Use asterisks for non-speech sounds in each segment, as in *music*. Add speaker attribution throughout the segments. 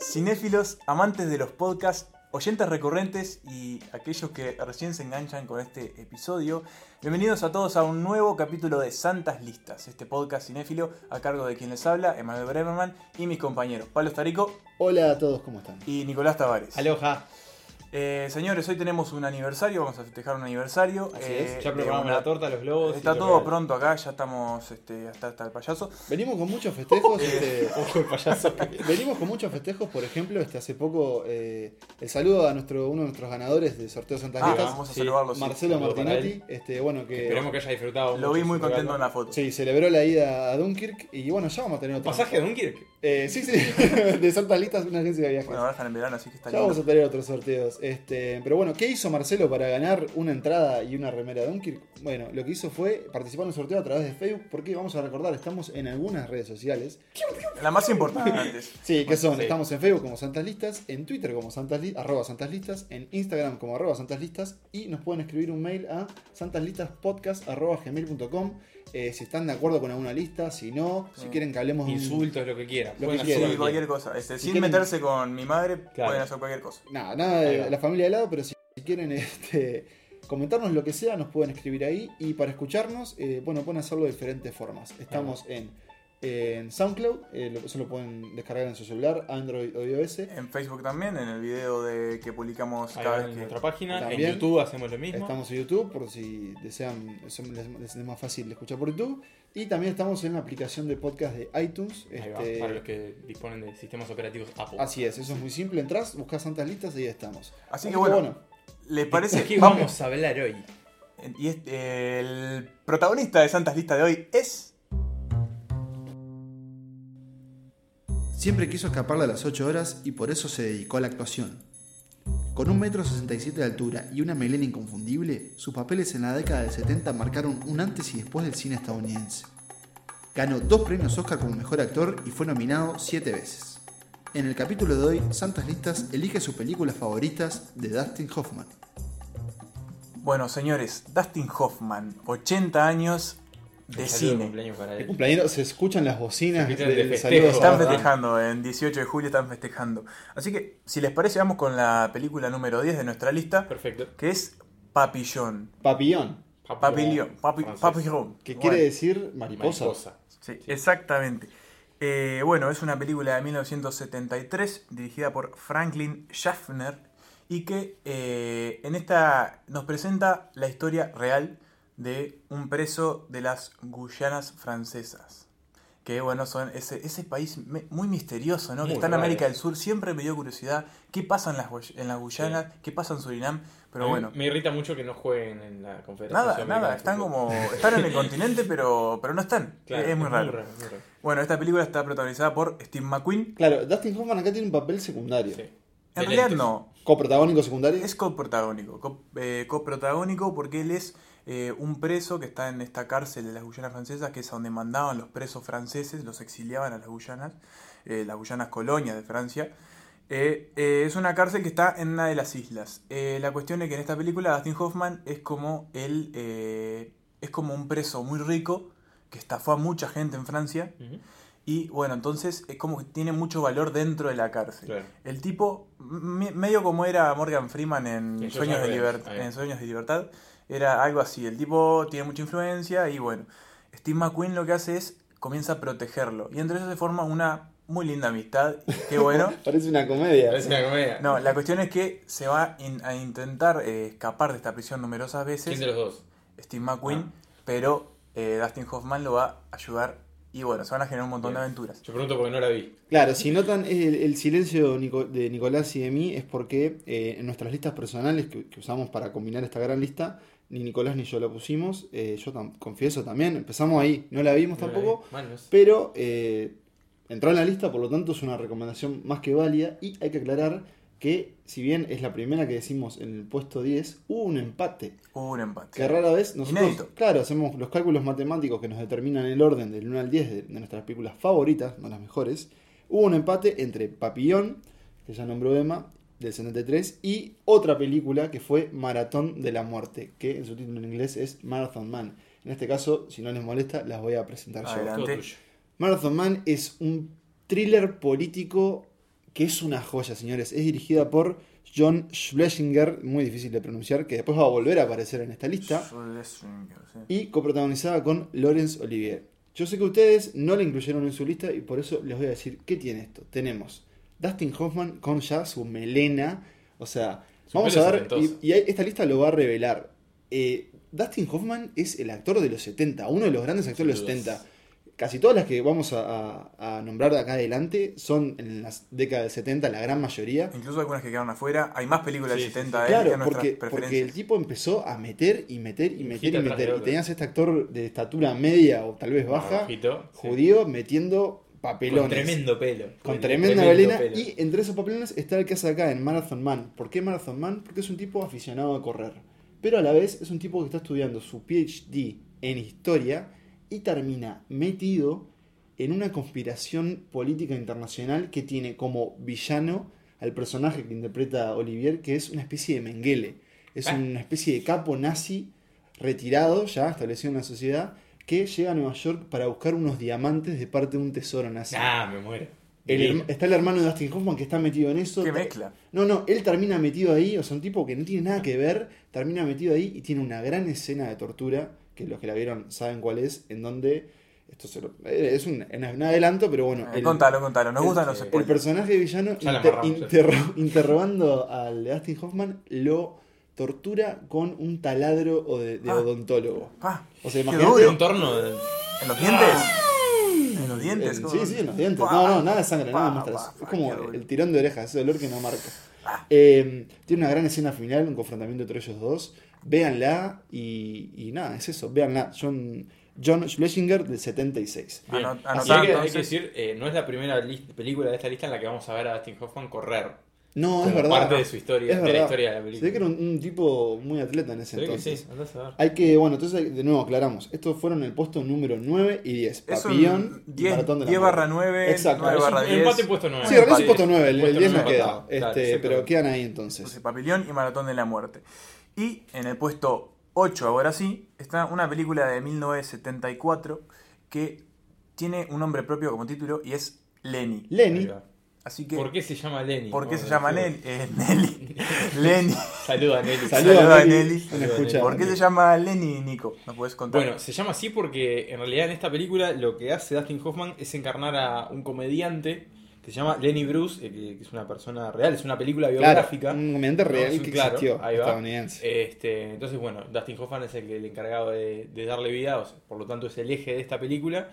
Speaker 1: Cinéfilos, amantes de los podcasts, oyentes recurrentes y aquellos que recién se enganchan con este episodio, bienvenidos a todos a un nuevo capítulo de Santas Listas, este podcast cinéfilo a cargo de quien les habla, Emanuel Bremerman y mis compañeros Pablo Starico
Speaker 2: Hola a todos, ¿cómo están?
Speaker 1: y Nicolás Tavares.
Speaker 3: Aloha.
Speaker 1: Eh, señores, hoy tenemos un aniversario, vamos a festejar un aniversario.
Speaker 2: Así
Speaker 1: eh,
Speaker 2: es,
Speaker 3: Ya
Speaker 1: de
Speaker 3: preparamos
Speaker 1: una-
Speaker 3: la torta, los globos. y
Speaker 1: Está
Speaker 3: lo
Speaker 1: todo
Speaker 3: que-
Speaker 1: pronto acá, ya estamos este, hasta, hasta el payaso.
Speaker 2: Venimos con muchos festejos.
Speaker 1: *laughs*
Speaker 2: este,
Speaker 3: Ojo *laughs* el payaso. que-
Speaker 2: venimos con muchos festejos, por ejemplo, este, hace poco eh, el saludo a nuestro, uno de nuestros ganadores de sorteo Santas
Speaker 1: Ah,
Speaker 2: Listas,
Speaker 1: vamos a
Speaker 3: sí,
Speaker 1: saludarlo. sí.
Speaker 2: Marcelo
Speaker 3: saludo para
Speaker 2: Martinotti, este, bueno, que,
Speaker 3: Esperemos que haya disfrutado.
Speaker 1: Lo
Speaker 3: mucho
Speaker 1: vi
Speaker 3: su
Speaker 1: muy contento
Speaker 3: regalo.
Speaker 1: en la foto.
Speaker 2: sí, celebró la ida a Dunkirk y bueno, ya vamos a tener
Speaker 3: ¿Un
Speaker 2: otro.
Speaker 3: pasaje a Dunkirk?
Speaker 2: Eh, sí, sí, *laughs* de Santas Listas, una agencia de viajes.
Speaker 1: Bueno, ahora están en verano, así que está
Speaker 2: ya vamos
Speaker 1: lindo.
Speaker 2: a tener otros sorteos. Este, pero bueno, ¿qué hizo Marcelo para ganar una entrada y una remera a Dunkirk? Bueno, lo que hizo fue participar en un sorteo a través de Facebook, porque vamos a recordar, estamos en algunas redes sociales.
Speaker 1: La más
Speaker 2: *laughs*
Speaker 1: importante es.
Speaker 2: Sí, que son,
Speaker 3: sí.
Speaker 2: estamos en Facebook como Santas Listas, en Twitter como Santas Li- arroba Santas Listas, en Instagram como arroba Santas Listas y nos pueden escribir un mail a santaslistaspodcast.gmail.com eh, si están de acuerdo con alguna lista, si no, si
Speaker 1: Sí.
Speaker 2: quieren que hablemos de un-
Speaker 3: Ah. Insultos, lo que quieran.
Speaker 2: Mm. Lo
Speaker 3: Pueden
Speaker 2: que
Speaker 3: hacer
Speaker 2: quieran.
Speaker 1: Sí,
Speaker 3: lo
Speaker 1: cualquier cosa. Este,
Speaker 2: Si
Speaker 1: sin
Speaker 2: quieren-
Speaker 1: meterse con mi madre, pueden hacer cualquier cosa.
Speaker 2: Nada, nada
Speaker 3: Ahí
Speaker 2: de
Speaker 3: va.
Speaker 2: la familia de lado, pero si quieren *laughs* este, comentarnos lo que sea, nos pueden escribir ahí. Y para escucharnos, eh, bueno, pueden hacerlo de diferentes formas. Estamos en, en SoundCloud, eh, lo- eso lo pueden descargar en su celular, Android o iOS.
Speaker 1: En Facebook también, en el video de que publicamos
Speaker 3: Ahí
Speaker 1: cada
Speaker 3: van
Speaker 1: vez
Speaker 3: en
Speaker 1: que.
Speaker 3: nuestra página.
Speaker 2: También.
Speaker 3: En YouTube hacemos lo mismo.
Speaker 2: Estamos en YouTube, por si desean, es- les es más fácil escuchar por YouTube. Y también estamos en la aplicación de podcast de iTunes.
Speaker 3: Ahí va,
Speaker 2: este,
Speaker 3: Para los que disponen de sistemas operativos Apple.
Speaker 2: Así es, eso es muy simple. Entrás, buscas Santas Listas y ahí estamos.
Speaker 1: Así que bueno, ¿les
Speaker 3: ¿De
Speaker 1: parece?
Speaker 3: qué vamos a hablar hoy?
Speaker 1: Y este, el protagonista de Santas Lista de hoy es.
Speaker 4: Siempre quiso escaparle a las 8 horas y por eso se dedicó a la actuación. Con un metro 67 de altura y una melena inconfundible, sus papeles en la década del 70 marcaron un antes y después del cine estadounidense. Ganó dos premios Oscar como mejor actor y fue nominado 7 veces. En el capítulo de hoy, Santas Listas elige sus películas favoritas de Dustin Hoffman.
Speaker 1: Bueno, señores, Dustin Hoffman, 80 años de
Speaker 3: Un saludo
Speaker 1: cine.
Speaker 3: cumpleaños para
Speaker 2: El
Speaker 3: él.
Speaker 2: cumpleaños, se escuchan las bocinas
Speaker 3: Se
Speaker 2: del
Speaker 3: escuchan de festejo.
Speaker 2: saludo.
Speaker 1: Están
Speaker 3: ¿verdad?
Speaker 1: festejando, en 18 de julio están festejando. Así que, si les parece, vamos con la película número 10 de nuestra lista,
Speaker 3: Perfecto.
Speaker 1: que es Papillón.
Speaker 2: Papillón,
Speaker 1: Papillón. papi-
Speaker 3: Francés.
Speaker 1: papillón.
Speaker 2: que
Speaker 1: Bueno,
Speaker 2: quiere decir mariposa.
Speaker 3: Mariposa.
Speaker 1: sí, exactamente. Eh, bueno, es una película de 1973 dirigida por Franklin Schaffner y que eh, en esta nos presenta la historia real de un preso de las Guyanas francesas. Que bueno, son ese, ese país me- muy misterioso, ¿no? que
Speaker 3: Muy
Speaker 1: está en
Speaker 3: raro.
Speaker 1: América del Sur. Siempre me dio curiosidad qué pasa en las, Guy- en las Guyanas, qué pasa en Surinam. Pero
Speaker 3: A mí
Speaker 1: bueno,
Speaker 3: Me irrita mucho que no jueguen en la Confederación.
Speaker 1: nada,
Speaker 3: Sudamericana
Speaker 1: nada.
Speaker 3: de
Speaker 1: Están
Speaker 3: Fútbol.
Speaker 1: como. Están
Speaker 3: *laughs*
Speaker 1: en el continente, pero, pero no están.
Speaker 3: Claro,
Speaker 1: es muy raro.
Speaker 3: muy raro.
Speaker 1: Bueno, esta película está protagonizada por Steve McQueen.
Speaker 2: Claro, Dustin Hoffman acá tiene un papel secundario.
Speaker 3: Sí.
Speaker 1: En
Speaker 3: De
Speaker 1: realidad
Speaker 3: lentes.
Speaker 1: no,
Speaker 2: Coprotagónico secundario.
Speaker 1: es coprotagónico. co- eh, coprotagónico porque él es eh, un preso que está en esta cárcel de las Guyanas francesas, que es a donde mandaban los presos franceses, los exiliaban a las Guyanas, eh, las Guyanas colonias de Francia. Eh, eh, es una cárcel que está en una de las islas. Eh, la cuestión es que en esta película Dustin Hoffman es como él, eh, es como un preso muy rico que estafó a mucha gente en Francia.
Speaker 3: Ujú.
Speaker 1: Y bueno, entonces es como que tiene mucho valor dentro de la cárcel.
Speaker 3: Claro.
Speaker 1: El tipo, me- medio como era Morgan Freeman en
Speaker 3: Eso
Speaker 1: Sueños,
Speaker 3: ya
Speaker 1: de
Speaker 3: lo
Speaker 1: Liber-
Speaker 3: ves, ahí.
Speaker 1: en Sueños de Libertad, era algo así. El tipo tiene mucha influencia y bueno, Steve McQueen lo que hace es comienza a protegerlo. Y entre ellos se forma una muy linda amistad. y Qué
Speaker 3: *laughs*
Speaker 1: bueno.
Speaker 2: Parece una comedia.
Speaker 3: Parece una comedia.
Speaker 1: No, la cuestión es que se va in- a intentar eh, escapar de esta prisión numerosas veces.
Speaker 3: ¿Quién Ah. de los dos?
Speaker 1: Steve McQueen, pero eh, Dustin Hoffman lo va a ayudar. Y bueno, se van a generar un montón de
Speaker 3: Bien.
Speaker 1: aventuras.
Speaker 3: Yo pregunto porque no la vi.
Speaker 2: Claro, si notan el, el silencio Nico- de Nicolás y de mí es porque eh, en nuestras listas personales que, que usamos para combinar esta gran lista, ni Nicolás ni yo la pusimos. eh, yo tam- confieso también, empezamos ahí, no la vimos
Speaker 3: No la
Speaker 2: tampoco,
Speaker 3: vi. Manos.
Speaker 2: pero eh, entró en la lista, por lo tanto es una recomendación más que válida y hay que aclarar que si bien es la primera que decimos en el puesto 10, hubo un empate.
Speaker 1: Hubo un empate.
Speaker 2: Que rara vez nosotros,
Speaker 1: Inédito.
Speaker 2: claro, hacemos los cálculos matemáticos que nos determinan el orden del 1 al 10 de, de nuestras películas favoritas, no las mejores. Hubo un empate entre Papillón, que ya nombró Emma, del 73, y otra película que fue Maratón de la Muerte, que en su título en inglés es Marathon Man. En este caso, si no les molesta, las voy a presentar yo.
Speaker 1: Adelante.
Speaker 3: Todo tuyo.
Speaker 2: Marathon Man es un thriller político que es una joya, señores. Es dirigida por John Schlesinger, muy difícil de pronunciar, que después va a volver a aparecer en esta lista,
Speaker 1: Schlesinger, sí.
Speaker 2: y coprotagonizada con Laurence Olivier. Yo sé que ustedes no la incluyeron en su lista y por eso les voy a decir qué tiene esto. Tenemos Dustin Hoffman con ya su melena, o sea,
Speaker 3: Su
Speaker 2: vamos
Speaker 3: pelo
Speaker 2: a
Speaker 3: es
Speaker 2: ver,
Speaker 3: setentoso.
Speaker 2: y, y ahí- esta lista lo va a revelar. Eh, Dustin Hoffman es el actor de los 70, uno de los grandes actores de los
Speaker 3: Sin
Speaker 2: 70.
Speaker 3: dudas.
Speaker 2: Casi todas las que vamos a, a- a nombrar de acá adelante son en las décadas del 70, la gran mayoría.
Speaker 1: Incluso algunas que quedaron afuera. Hay más películas
Speaker 3: Sí,
Speaker 1: del
Speaker 3: sí,
Speaker 1: 70 de él que
Speaker 2: Claro,
Speaker 1: nuestras
Speaker 2: porque, porque el
Speaker 1: preferencias.
Speaker 2: tipo empezó a meter y meter y meter
Speaker 3: Hijita
Speaker 2: y
Speaker 3: atrás de
Speaker 2: meter. Y
Speaker 3: otra.
Speaker 2: tenías este actor de estatura media o tal vez baja,
Speaker 3: Bajito, sí.
Speaker 2: judío, metiendo papelones.
Speaker 3: Con tremendo pelo.
Speaker 2: Con
Speaker 3: Con
Speaker 2: tremenda
Speaker 3: tremendo
Speaker 2: melena.
Speaker 3: pelo.
Speaker 2: Y entre esos papelones está el que hace acá en Marathon Man. ¿Por qué Marathon Man? Porque es un tipo aficionado a correr. Pero a la vez es un tipo que está estudiando su PhD en historia y termina metido en una conspiración política internacional que tiene como villano al personaje que interpreta Olivier, que es una especie de Mengele. Es
Speaker 3: Ah.
Speaker 2: una especie de capo nazi retirado, ya establecido en la sociedad, que llega a Nueva York para buscar unos diamantes de parte de un tesoro nazi.
Speaker 3: Nah, me muero.
Speaker 2: El
Speaker 3: Bien.
Speaker 2: herma- está el hermano de Dustin Hoffman que está metido en eso.
Speaker 1: Qué
Speaker 2: Ta-
Speaker 1: mezcla.
Speaker 2: No, no, él termina metido ahí, o sea, un tipo que no tiene nada que ver, termina metido ahí y tiene una gran escena de tortura, que los que la vieron saben cuál es, en donde... Esto se lo- eh, es un, en- un adelanto, pero bueno.
Speaker 1: Eh, contalo, contalo. Nos
Speaker 2: el-
Speaker 1: gustan los
Speaker 3: el
Speaker 2: el
Speaker 1: spoilers.
Speaker 2: personaje villano
Speaker 3: Ya la
Speaker 2: inter-
Speaker 3: amarramos, ya.
Speaker 2: interro- interrogando al de Dustin Hoffman lo tortura con un taladro o de, de
Speaker 1: Ah.
Speaker 2: odontólogo.
Speaker 1: Pa,
Speaker 2: O sea,
Speaker 1: qué
Speaker 2: imagínate-
Speaker 1: duro.
Speaker 3: Un torno de-
Speaker 1: ¿En los dientes? ¿En los dientes?
Speaker 2: En-
Speaker 1: ¿Cómo?
Speaker 2: sí, sí, en los dientes.
Speaker 1: Pa,
Speaker 2: no, no, nada de sangre, nada
Speaker 1: pa,
Speaker 2: más.
Speaker 1: pa,
Speaker 2: es
Speaker 1: pa,
Speaker 2: como
Speaker 1: qué duro.
Speaker 2: el tirón de orejas, ese dolor que no marca.
Speaker 3: Ah.
Speaker 2: Eh, tiene una gran escena final, un confrontamiento entre ellos dos. Véanla y, y nada, es eso. Véanla. John, John Schlesinger del 76.
Speaker 3: Bien.
Speaker 1: Anot-
Speaker 3: Así
Speaker 1: anotá,
Speaker 3: que hay que- hay que
Speaker 1: entonces.
Speaker 3: decir, eh, no es la primera lis- película de esta lista en la que vamos a ver a Dustin Hoffman correr.
Speaker 2: No,
Speaker 3: como
Speaker 2: es verdad.
Speaker 3: parte de su historia,
Speaker 2: es
Speaker 3: de la
Speaker 2: verdad.
Speaker 3: historia de la
Speaker 2: Se ve que
Speaker 3: película.
Speaker 2: era un, un tipo muy atleta en ese
Speaker 3: Se ve que
Speaker 2: entonces.
Speaker 3: sí, andás a ver.
Speaker 2: Hay que, bueno, entonces hay- de nuevo aclaramos. Estos fueron el puesto número 9 y 10.
Speaker 1: Es un
Speaker 2: Papillón, y
Speaker 1: 10,
Speaker 2: Maratón de la
Speaker 1: 10
Speaker 2: Muerte.
Speaker 1: barra 9,
Speaker 2: Exacto.
Speaker 1: 9
Speaker 2: Es
Speaker 1: barra
Speaker 3: un
Speaker 1: 10.
Speaker 3: empate puesto nueve.
Speaker 2: Sí,
Speaker 1: Empate.
Speaker 2: realmente es puesto 9, el, el
Speaker 3: Puesto
Speaker 2: 10 nos
Speaker 3: nueve
Speaker 2: queda.
Speaker 3: empatado.
Speaker 2: Este,
Speaker 3: Claro, exacto.
Speaker 2: pero quedan ahí
Speaker 1: Puse
Speaker 2: entonces.
Speaker 1: Papillón y Maratón de la Muerte. Y en el puesto 8, ahora sí, está una película de 1974 que tiene un nombre propio como título y es Lenny.
Speaker 2: Lenny,
Speaker 3: Ahí va.
Speaker 1: Así que,
Speaker 3: ¿Por qué se llama Lenny?
Speaker 1: ¿por qué
Speaker 3: Vamos
Speaker 1: se
Speaker 3: a
Speaker 1: llama
Speaker 3: decirlo.
Speaker 1: Nel- eh,
Speaker 3: *laughs*
Speaker 1: Nelly? Lenny.
Speaker 3: Saluda, Nelly.
Speaker 2: Saluda,
Speaker 1: Saluda a
Speaker 2: Nelly.
Speaker 1: Nelly.
Speaker 2: Nos escucha.
Speaker 1: ¿Por qué se llama Lenny, Nico? ¿Nos puedes contar?
Speaker 3: Bueno, se llama así porque en realidad en esta película lo que hace Dustin Hoffman es encarnar a un comediante que se llama Lenny Bruce, eh, que que es una persona real, es una película
Speaker 2: Claro, Mm.
Speaker 3: biográfica.
Speaker 2: un comediante
Speaker 3: No,
Speaker 2: real
Speaker 3: es un
Speaker 2: que
Speaker 3: claro,
Speaker 2: existió
Speaker 3: ahí va.
Speaker 2: estadounidense.
Speaker 3: Este, entonces, bueno, Dustin Hoffman es el, el encargado de, de darle vida, o sea, por lo tanto es el eje de esta película,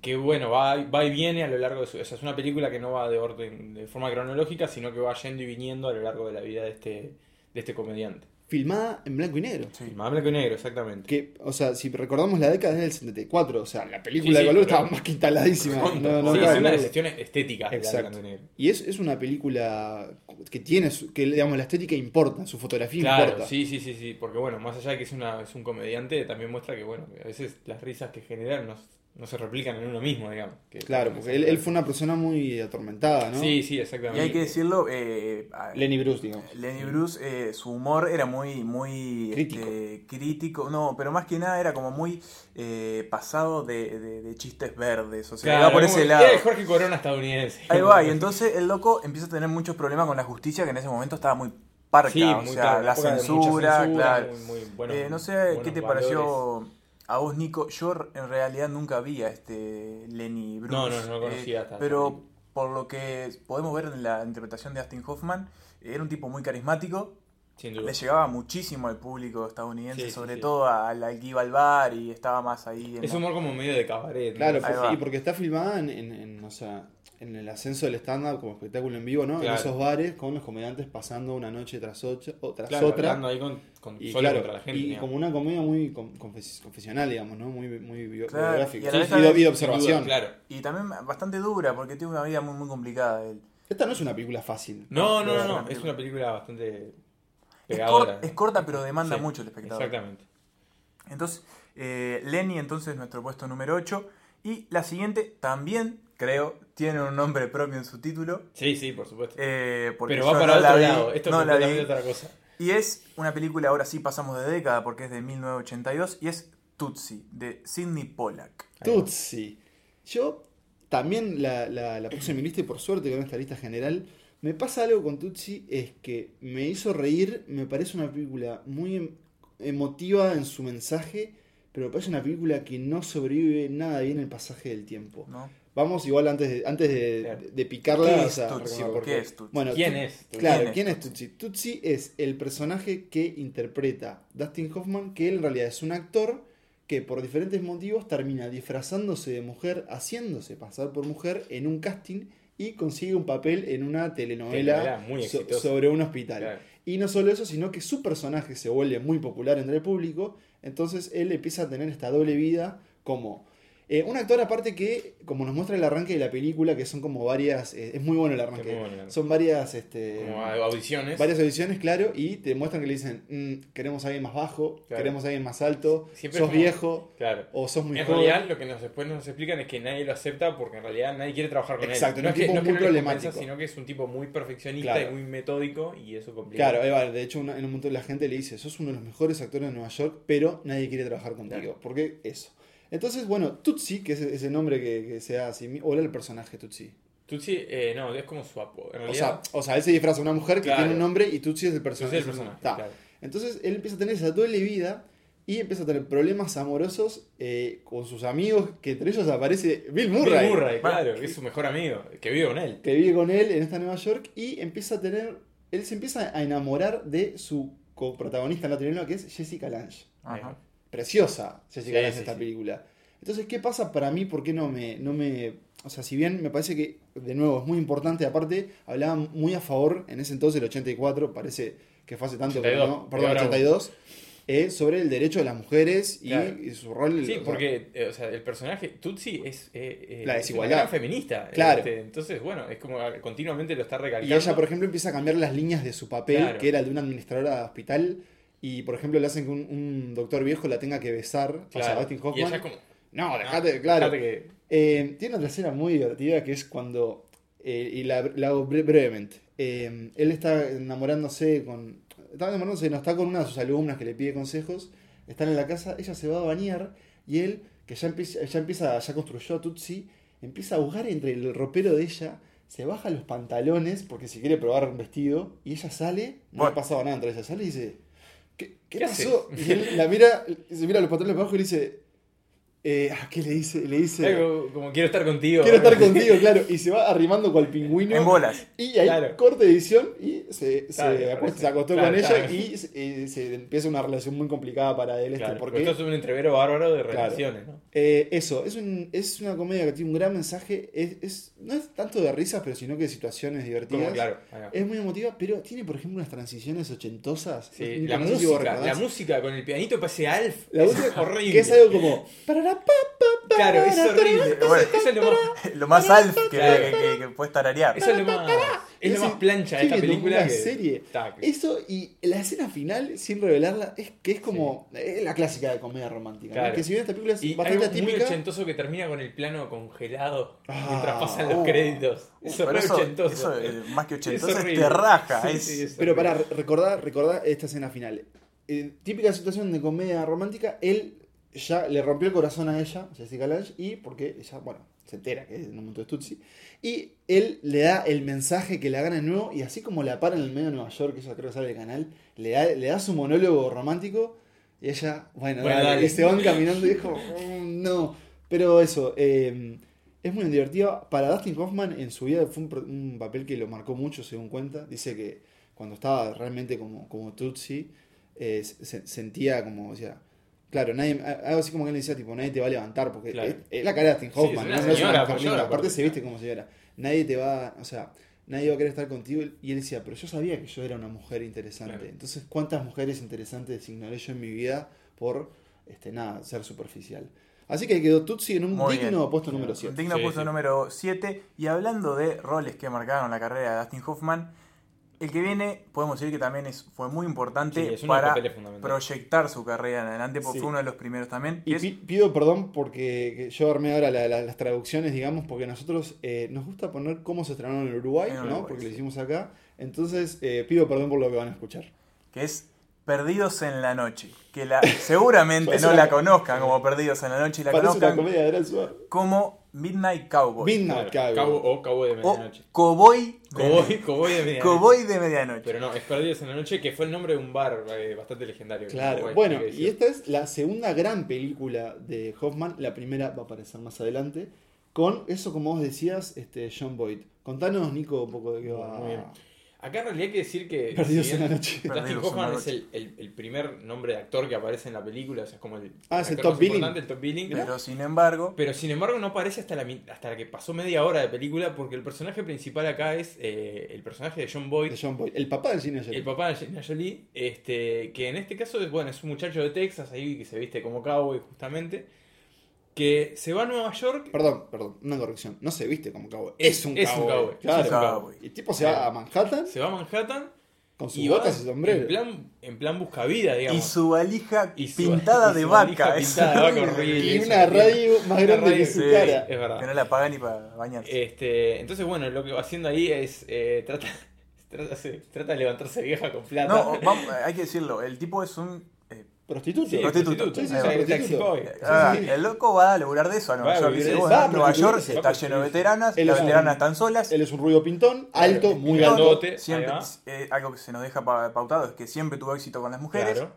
Speaker 3: que bueno, va, va y viene a lo largo de su... O sea, es una película que no va de orden, de forma cronológica, sino que va yendo y viniendo a lo largo de la vida de este, de este comediante.
Speaker 2: Filmada en blanco y negro.
Speaker 1: Sí.
Speaker 3: Más blanco y negro, exactamente.
Speaker 2: Que, o sea, si recordamos la década es del 74, o sea, la película
Speaker 3: Sí,
Speaker 2: de
Speaker 3: sí,
Speaker 2: color
Speaker 3: pero-
Speaker 2: estaba más que instaladísima. No, no,
Speaker 3: Sí,
Speaker 2: no,
Speaker 3: es una
Speaker 2: no.
Speaker 3: de las cuestiones estéticas de
Speaker 2: Exacto.
Speaker 3: la blanco y negro.
Speaker 2: Y es, es una película que tiene, su- que digamos, la estética importa, su fotografía
Speaker 3: Claro,
Speaker 2: importa.
Speaker 3: sí, sí, sí, sí, porque bueno, más allá de que es, una, es un comediante, también muestra que bueno, a veces las risas que generan no, no se replican en uno mismo, digamos. que-
Speaker 2: Claro, porque él, él fue una persona muy atormentada, ¿no?
Speaker 3: Sí, sí,
Speaker 1: Y
Speaker 3: exactamente.
Speaker 1: hay que decirlo, eh, a-
Speaker 2: Lenny Bruce, digamos.
Speaker 1: Lenny Bruce, eh, su humor era muy, muy
Speaker 2: Crítico.
Speaker 1: este, crítico, no, pero más que nada era como muy eh, pasado de, de- de chistes verdes, o sea,
Speaker 3: Claro,
Speaker 1: iba por
Speaker 3: como-
Speaker 1: ese lado.
Speaker 3: era el Jorge Corona estadounidense. *laughs*
Speaker 1: Ahí va, y entonces el loco empieza a tener muchos problemas con la justicia, que en ese momento estaba muy parca,
Speaker 3: Sí,
Speaker 1: o
Speaker 3: muy
Speaker 1: sea,
Speaker 3: claro,
Speaker 1: la
Speaker 3: época de mucha
Speaker 1: censura,
Speaker 3: censura,
Speaker 1: claro.
Speaker 3: muy- muy buenos-
Speaker 1: Eh, no sé
Speaker 3: buenos
Speaker 1: qué te
Speaker 3: valores.
Speaker 1: pareció a vos, Nico. Yo r- en realidad nunca vi a este Lenny Bruce.
Speaker 3: No, no, no lo
Speaker 1: eh,
Speaker 3: conocía hasta-
Speaker 1: pero por lo que podemos ver en la interpretación de Astin Hoffman, era un tipo muy carismático,
Speaker 3: Sin duda.
Speaker 1: le llegaba muchísimo al público estadounidense,
Speaker 3: Sí, sí,
Speaker 1: sobre
Speaker 3: sí.
Speaker 1: todo al, al que iba al bar y estaba más ahí. En
Speaker 3: Es
Speaker 1: la-
Speaker 3: humor como medio de cabaret. ¿no?
Speaker 2: Claro,
Speaker 1: Ahí
Speaker 2: pues,
Speaker 1: va.
Speaker 2: y porque está filmada en, en- en, o sea, en el ascenso del stand-up como espectáculo en vivo, ¿no? En
Speaker 3: Claro.
Speaker 2: esos bares con los comediantes pasando una noche tras, ocho, o tras
Speaker 3: Claro,
Speaker 2: otra.
Speaker 3: hablando ahí con, con-
Speaker 2: Y
Speaker 3: solo
Speaker 2: claro,
Speaker 3: contra la gente.
Speaker 2: y
Speaker 3: digamos.
Speaker 2: como una comedia muy con- confes- confesional, digamos, ¿no? Muy, muy bio-
Speaker 1: Claro,
Speaker 2: biográfica.
Speaker 1: y a
Speaker 2: Sí,
Speaker 1: la
Speaker 2: Y,
Speaker 1: vez
Speaker 2: de-
Speaker 1: también-
Speaker 2: y de
Speaker 3: Sin duda,
Speaker 2: observación.
Speaker 3: claro.
Speaker 1: Y también bastante dura, porque tiene una vida muy, muy complicada él.
Speaker 2: Esta no es una película fácil.
Speaker 3: No, no,
Speaker 1: Es una
Speaker 3: no, no, es
Speaker 1: película.
Speaker 3: una película bastante
Speaker 1: Es,
Speaker 3: pegadora.
Speaker 1: cor- es corta, pero demanda
Speaker 3: Sí,
Speaker 1: mucho el espectador.
Speaker 3: Exactamente.
Speaker 1: Entonces, eh, Lenny, entonces, nuestro puesto número 8. Y la siguiente también, creo, tiene un nombre propio en su título.
Speaker 3: Sí, sí, por supuesto.
Speaker 1: eh, porque
Speaker 3: Pero
Speaker 1: yo
Speaker 3: va para
Speaker 1: no la
Speaker 3: otro
Speaker 1: vi,
Speaker 3: lado. Esto
Speaker 1: no
Speaker 3: es
Speaker 1: la vi.
Speaker 3: completamente otra cosa.
Speaker 1: Y es una película, ahora sí pasamos de década, porque es de 1982, y es Tootsie, de Sidney Pollack.
Speaker 2: Tutsi. Yo También la, la, la puse en mi lista y por suerte con esta lista general. Me pasa algo con Tutsi, es que me hizo reír, me parece una película muy em- emotiva en su mensaje, pero me parece una película que no sobrevive nada bien el pasaje del tiempo.
Speaker 1: ¿no?
Speaker 2: Vamos igual antes de, antes de,
Speaker 3: Claro.
Speaker 2: de picarla.
Speaker 1: ¿Qué
Speaker 2: o
Speaker 1: es
Speaker 2: sea,
Speaker 1: Tutsi?
Speaker 2: recordar por
Speaker 1: ¿Qué
Speaker 2: qué.
Speaker 1: es Tutsi?
Speaker 2: Bueno,
Speaker 3: ¿Quién
Speaker 2: Tut-
Speaker 3: es?
Speaker 2: Claro,
Speaker 1: es
Speaker 2: ¿quién es
Speaker 1: Tutsi?
Speaker 2: Tutsi? Tutsi es el personaje que interpreta Dustin Hoffman, que él en realidad es un actor que por diferentes motivos termina disfrazándose de mujer, haciéndose pasar por mujer en un casting y consigue un papel en una
Speaker 3: Telenovela
Speaker 2: telenovela,
Speaker 3: muy
Speaker 2: so-
Speaker 3: exitosa.
Speaker 2: sobre un hospital.
Speaker 3: Claro.
Speaker 2: Y no solo eso, sino que su personaje se vuelve muy popular entre el público, entonces él empieza a tener esta doble vida como eh, un actor aparte que, como nos muestra el arranque de la película, que son como varias, eh, es muy bueno el arranque,
Speaker 3: Es muy bueno el arranque.
Speaker 2: son varias, este,
Speaker 3: Como a- audiciones.
Speaker 2: varias audiciones, claro, y te muestran que le dicen, "Mm, queremos a alguien más bajo,
Speaker 3: Claro.
Speaker 2: queremos a alguien más alto,
Speaker 3: Siempre
Speaker 2: sos
Speaker 3: es como-
Speaker 2: viejo
Speaker 3: Claro.
Speaker 2: o sos muy
Speaker 3: en
Speaker 2: joven.
Speaker 3: realidad, lo que nos, después nos explican es que nadie lo acepta porque en realidad nadie quiere trabajar con
Speaker 2: Exacto,
Speaker 3: él.
Speaker 2: es un tipo muy
Speaker 3: le convenza,
Speaker 2: problemático.
Speaker 3: sino que es un tipo muy perfeccionista
Speaker 2: Claro.
Speaker 3: y muy metódico y eso complica.
Speaker 2: Claro, ahí va, de hecho una- en un momento la gente le dice, sos uno de los mejores actores de Nueva York, pero nadie quiere trabajar contigo.
Speaker 3: Claro.
Speaker 2: ¿Por qué eso? Entonces, bueno, Tutsi, que es e, ese nombre que, que se da así, o era el personaje Tutsi.
Speaker 3: Tutsi, eh, no, es como su apodo. En
Speaker 2: O sea,
Speaker 3: realidad,
Speaker 2: o sea, él se disfraza de una mujer que
Speaker 3: Claro.
Speaker 2: tiene un nombre y Tutsi es el
Speaker 3: Tutsi es
Speaker 2: personaje.
Speaker 3: el personaje.
Speaker 2: Ta.
Speaker 3: claro.
Speaker 2: Entonces él empieza a tener esa doble vida y empieza a tener problemas amorosos eh, con sus amigos, que entre ellos aparece Bill Murray,
Speaker 3: Bill Murray,
Speaker 1: Va.
Speaker 3: claro, que es su mejor amigo, que vive con él.
Speaker 2: que vive con él en esta Nueva York y empieza a tener, él se empieza a enamorar de su coprotagonista en la telenovela que es Jessica Lange.
Speaker 1: Ajá.
Speaker 2: preciosa
Speaker 3: Sí,
Speaker 2: Jessica Lange
Speaker 3: sí,
Speaker 2: en esta
Speaker 3: sí.
Speaker 2: película. Entonces, ¿qué pasa para mí? ¿Por qué no me, no me... O sea, si bien me parece que, de nuevo, es muy importante, aparte, hablaba muy a favor, en ese entonces, el 84, parece que fue hace tanto, pero
Speaker 3: 82,
Speaker 2: no, perdón,
Speaker 3: ahora
Speaker 2: 82, eh, sobre el derecho de las mujeres y,
Speaker 3: Claro.
Speaker 2: y su rol... o
Speaker 3: Sí,
Speaker 2: sea,
Speaker 3: porque eh, o sea, el personaje Tutsi es, eh, eh,
Speaker 2: La
Speaker 3: es una
Speaker 2: desigualdad.
Speaker 3: gran feminista.
Speaker 2: Claro.
Speaker 3: este, entonces, bueno, es como ah, continuamente lo está
Speaker 2: Y
Speaker 3: recalcando.
Speaker 2: ella, por ejemplo, empieza a cambiar las líneas de su papel,
Speaker 3: Claro.
Speaker 2: que era el de una administradora de hospital, y, por ejemplo, le hacen que un, un doctor viejo la tenga que besar, o sea,
Speaker 3: Claro.
Speaker 2: Dustin
Speaker 3: Y ella
Speaker 2: Hoffman.
Speaker 3: es como,
Speaker 2: No,
Speaker 3: "Ah,
Speaker 2: dejate, claro.
Speaker 3: dejate que-
Speaker 2: Eh, tiene otra escena muy divertida que es cuando. eh, y la, la hago bre- brevemente. Eh, él está enamorándose con. Está enamorándose, no, está con una de sus alumnas que le pide consejos. Están en la casa, ella se va a bañar y él, que ya empieza, ya, empieza, ya construyó a Tutsi, empieza a buscar entre el ropero de ella, se baja los pantalones porque si quiere probar un vestido y ella sale, no
Speaker 1: Bueno.
Speaker 2: ha pasado nada entre ellas, sale y dice. ¿Qué, qué
Speaker 3: ¿Qué
Speaker 2: pasó? Y él la mira, se mira los pantalones para abajo y le dice. eh, ¿Qué le dice? Le dice.
Speaker 3: "Eh, como, como quiero estar contigo.
Speaker 2: Quiero estar
Speaker 3: *laughs*
Speaker 2: contigo, claro. Y se va arrimando cual pingüino.
Speaker 1: En bolas. *laughs*
Speaker 2: y ahí
Speaker 3: Claro.
Speaker 2: corte de edición y se, se,
Speaker 3: Claro,
Speaker 2: acuesta-
Speaker 3: parece.
Speaker 2: se acostó
Speaker 3: Claro,
Speaker 2: con
Speaker 3: claro.
Speaker 2: ella y se, eh, se empieza una relación muy complicada para él. Este,
Speaker 3: Claro,
Speaker 2: porque
Speaker 3: porque esto es un entrevero bárbaro de
Speaker 2: Claro.
Speaker 3: relaciones, ¿no?
Speaker 2: eh, eso, es, un- es una comedia que tiene un gran mensaje. Es, es- no es tanto de risas, pero sino que de situaciones divertidas.
Speaker 3: Como, claro, acá.
Speaker 2: Es muy emotiva, pero tiene, por ejemplo, unas transiciones ochentosas.
Speaker 3: Sí,
Speaker 2: No
Speaker 3: la
Speaker 2: sé si vos
Speaker 3: música, la
Speaker 2: recordás.
Speaker 3: música con el pianito parece Alf.
Speaker 2: La
Speaker 3: es
Speaker 2: última-
Speaker 3: horrible.
Speaker 2: Que es algo como.
Speaker 3: Claro, es horrible.
Speaker 1: Bueno.
Speaker 3: Eso es lo más,
Speaker 1: Lo más alf que,
Speaker 3: Claro.
Speaker 1: que, que- que puedes tararear.
Speaker 3: eso es lo más, es lo más plancha de
Speaker 2: Estoy
Speaker 3: esta
Speaker 2: viendo
Speaker 3: película.
Speaker 2: una
Speaker 3: que-
Speaker 2: serie.
Speaker 3: Ta, que-
Speaker 2: Eso y la escena final, sin revelarla, es que es como es la clásica de comedia romántica. ¿no?
Speaker 3: Claro.
Speaker 2: Que si bien esta película es
Speaker 3: Y algo
Speaker 2: bastante
Speaker 3: muy
Speaker 2: atípica,
Speaker 3: ochentoso que termina con el plano congelado
Speaker 2: Ah,
Speaker 3: mientras pasan los
Speaker 2: oh.
Speaker 3: créditos. Eso
Speaker 1: Uh, Pero
Speaker 3: es re
Speaker 1: eso,
Speaker 3: ochentoso.
Speaker 1: eso, eh, más que
Speaker 3: Es
Speaker 1: ochentoso, es
Speaker 3: horrible.
Speaker 1: te raja.
Speaker 3: Sí,
Speaker 1: es-
Speaker 3: sí, es
Speaker 2: pero para
Speaker 3: horrible.
Speaker 2: recordar, recordar esta escena final. Eh, típica situación de comedia romántica, él ya le rompió el corazón a ella, Jessica Lange, y porque ella, bueno, se entera que es en un momento de Tutsi, y él le da el mensaje que la gana de nuevo, y así como la para en el medio de Nueva York, que ella creo que sale del canal, le da, le da su monólogo romántico, y ella, bueno,
Speaker 3: Bueno,
Speaker 2: dale,
Speaker 3: dale.
Speaker 2: y se van caminando y dijo, "Mm, no, pero eso, eh, es muy divertido. Para Dustin Hoffman en su vida fue un, pro- un papel que lo marcó mucho, según cuenta. Dice que cuando estaba realmente como, como Tutsi, eh, se- sentía como, o sea, claro, nadie, a- algo así como que él decía, tipo, nadie te va a levantar, porque
Speaker 3: Claro.
Speaker 2: es, es la cara de Dustin
Speaker 3: Sí,
Speaker 2: Hoffman,
Speaker 3: es una
Speaker 2: ¿no? No es
Speaker 3: señora,
Speaker 2: una
Speaker 3: pues,
Speaker 2: carnina,
Speaker 3: llora,
Speaker 2: aparte
Speaker 3: aparte.
Speaker 2: se viste como señora. Nadie te va, o sea, nadie va a querer estar contigo. Y él decía, pero yo sabía que yo era una mujer interesante.
Speaker 3: Claro.
Speaker 2: Entonces, ¿cuántas mujeres interesantes ignoré yo en mi vida por, este, nada, ser superficial? Así que ahí quedó Tutsi en un
Speaker 1: Muy
Speaker 2: digno
Speaker 1: bien.
Speaker 2: puesto número 7.
Speaker 1: Digno
Speaker 3: Sí,
Speaker 1: puesto
Speaker 3: sí.
Speaker 1: número 7. Y hablando de roles que marcaron la carrera de Dustin Hoffman, el que viene, podemos decir que también es, fue muy importante
Speaker 3: Sí, es uno de los
Speaker 1: para
Speaker 3: papeles fundamentales.
Speaker 1: proyectar su carrera en adelante, porque
Speaker 2: Sí.
Speaker 1: fue uno de los primeros también.
Speaker 2: Y
Speaker 1: es-
Speaker 2: pi- pido perdón porque que yo armé ahora la- la- las traducciones, digamos, porque nosotros eh, nos gusta poner cómo se estrenaron en Uruguay,
Speaker 1: En
Speaker 2: ¿no?
Speaker 1: Uruguay,
Speaker 2: porque lo
Speaker 1: sí.
Speaker 2: hicimos acá. Entonces, eh, pido perdón por lo que van a escuchar.
Speaker 1: que es Perdidos en la Noche. Que la, seguramente
Speaker 2: Parece
Speaker 1: no
Speaker 2: una-
Speaker 1: la conozcan como Perdidos en la Noche y la
Speaker 2: Parece una
Speaker 1: conozcan
Speaker 2: comedia de Gran Suárez.
Speaker 1: como Midnight Cowboy.
Speaker 2: Midnight
Speaker 3: Claro,
Speaker 2: Cowboy.
Speaker 3: cabo- o Cowboy de
Speaker 1: o
Speaker 3: Medianoche.
Speaker 1: Cowboy Oh, de,
Speaker 3: Cowboy, cowboy de Medianoche.
Speaker 1: Cowboy de Medianoche.
Speaker 3: Pero no, es Perdidos en la Noche, que fue el nombre de un bar eh, bastante legendario.
Speaker 2: Claro,
Speaker 3: Cowboy,
Speaker 2: bueno, y
Speaker 3: hay que decir.
Speaker 2: esta es la segunda gran película de Hoffman, la primera va a aparecer más adelante, con eso como vos decías, este, John Boyd. Contanos, Nico, un poco de qué va
Speaker 3: Muy bien. Acá en realidad hay que decir que.
Speaker 2: *laughs* Perdidos
Speaker 3: si
Speaker 2: en
Speaker 3: bien
Speaker 2: la
Speaker 3: *laughs*
Speaker 2: noche.
Speaker 1: Perdidos
Speaker 3: Dustin
Speaker 1: en
Speaker 3: Hoffman
Speaker 1: la
Speaker 3: es el, el- el primer nombre de actor que aparece en la película, o sea, es como el.
Speaker 2: Ah, es el
Speaker 3: actor
Speaker 2: top
Speaker 3: más
Speaker 2: billing.
Speaker 3: importante, el top billing.
Speaker 1: Pero sin embargo,
Speaker 3: Pero sin embargo no aparece hasta la, mi- hasta la que pasó media hora de película porque el personaje principal acá es eh, el personaje de John Boyd,
Speaker 2: De John Boyd, el papá del cine
Speaker 3: el
Speaker 2: ayer.
Speaker 3: papá de Angelina Jolie, este, que en este caso es, bueno, es un muchacho de Texas ahí que se viste como cowboy justamente, que se va a Nueva York.
Speaker 2: Perdón, perdón, una corrección. No se viste como cowboy. Es un
Speaker 3: es
Speaker 2: cowboy.
Speaker 3: un cowboy.
Speaker 2: Claro.
Speaker 3: es un cowboy.
Speaker 2: Y el tipo se va a Manhattan
Speaker 3: Se va a Manhattan
Speaker 2: con sus
Speaker 3: y va
Speaker 2: botas y sombrero.
Speaker 3: en plan, en plan busca vida, digamos.
Speaker 1: y su valija
Speaker 3: Y su-
Speaker 1: pintada
Speaker 3: *laughs* y
Speaker 1: de
Speaker 3: su
Speaker 1: vaca.
Speaker 3: valija
Speaker 1: es
Speaker 3: pintada de vaca,
Speaker 1: horrible.
Speaker 3: horrible.
Speaker 2: Y
Speaker 3: eso
Speaker 2: una
Speaker 3: que tiene.
Speaker 2: radio más
Speaker 3: Una
Speaker 2: grande que
Speaker 3: radio,
Speaker 2: su
Speaker 1: sí.
Speaker 2: cara.
Speaker 3: Es verdad.
Speaker 1: Que no la paga ni para bañarse.
Speaker 3: Este, entonces, bueno, lo que va haciendo ahí es. eh, trata, *laughs* trata, se- trata de levantarse vieja con plata.
Speaker 1: no, o- vamos, hay que decirlo, el tipo es un... eh,
Speaker 2: Prostituto.
Speaker 3: Sí,
Speaker 1: prostituto.
Speaker 3: prostituto,
Speaker 1: Sí, sí,
Speaker 3: o sea,
Speaker 2: sí,
Speaker 3: taxi
Speaker 2: prostituto.
Speaker 3: boy.
Speaker 1: ah,
Speaker 2: sí.
Speaker 1: El loco va a laburar de eso a Nueva
Speaker 3: Va a
Speaker 1: York.
Speaker 3: vivir
Speaker 1: Dice,
Speaker 3: de Ah,
Speaker 1: bueno,
Speaker 2: eso.
Speaker 1: Nueva York
Speaker 2: Va a
Speaker 1: está
Speaker 3: prostituirse.
Speaker 1: lleno de veteranas,
Speaker 2: Él
Speaker 1: las
Speaker 2: es un-
Speaker 1: veteranas están solas.
Speaker 2: Él es un rubio pintón, alto, muy
Speaker 1: No, no,
Speaker 2: alto.
Speaker 3: grandote.
Speaker 1: siempre-
Speaker 3: ahí va.
Speaker 1: eh, algo que se nos deja pa- pautado es que siempre tuvo éxito con las mujeres.
Speaker 3: Claro.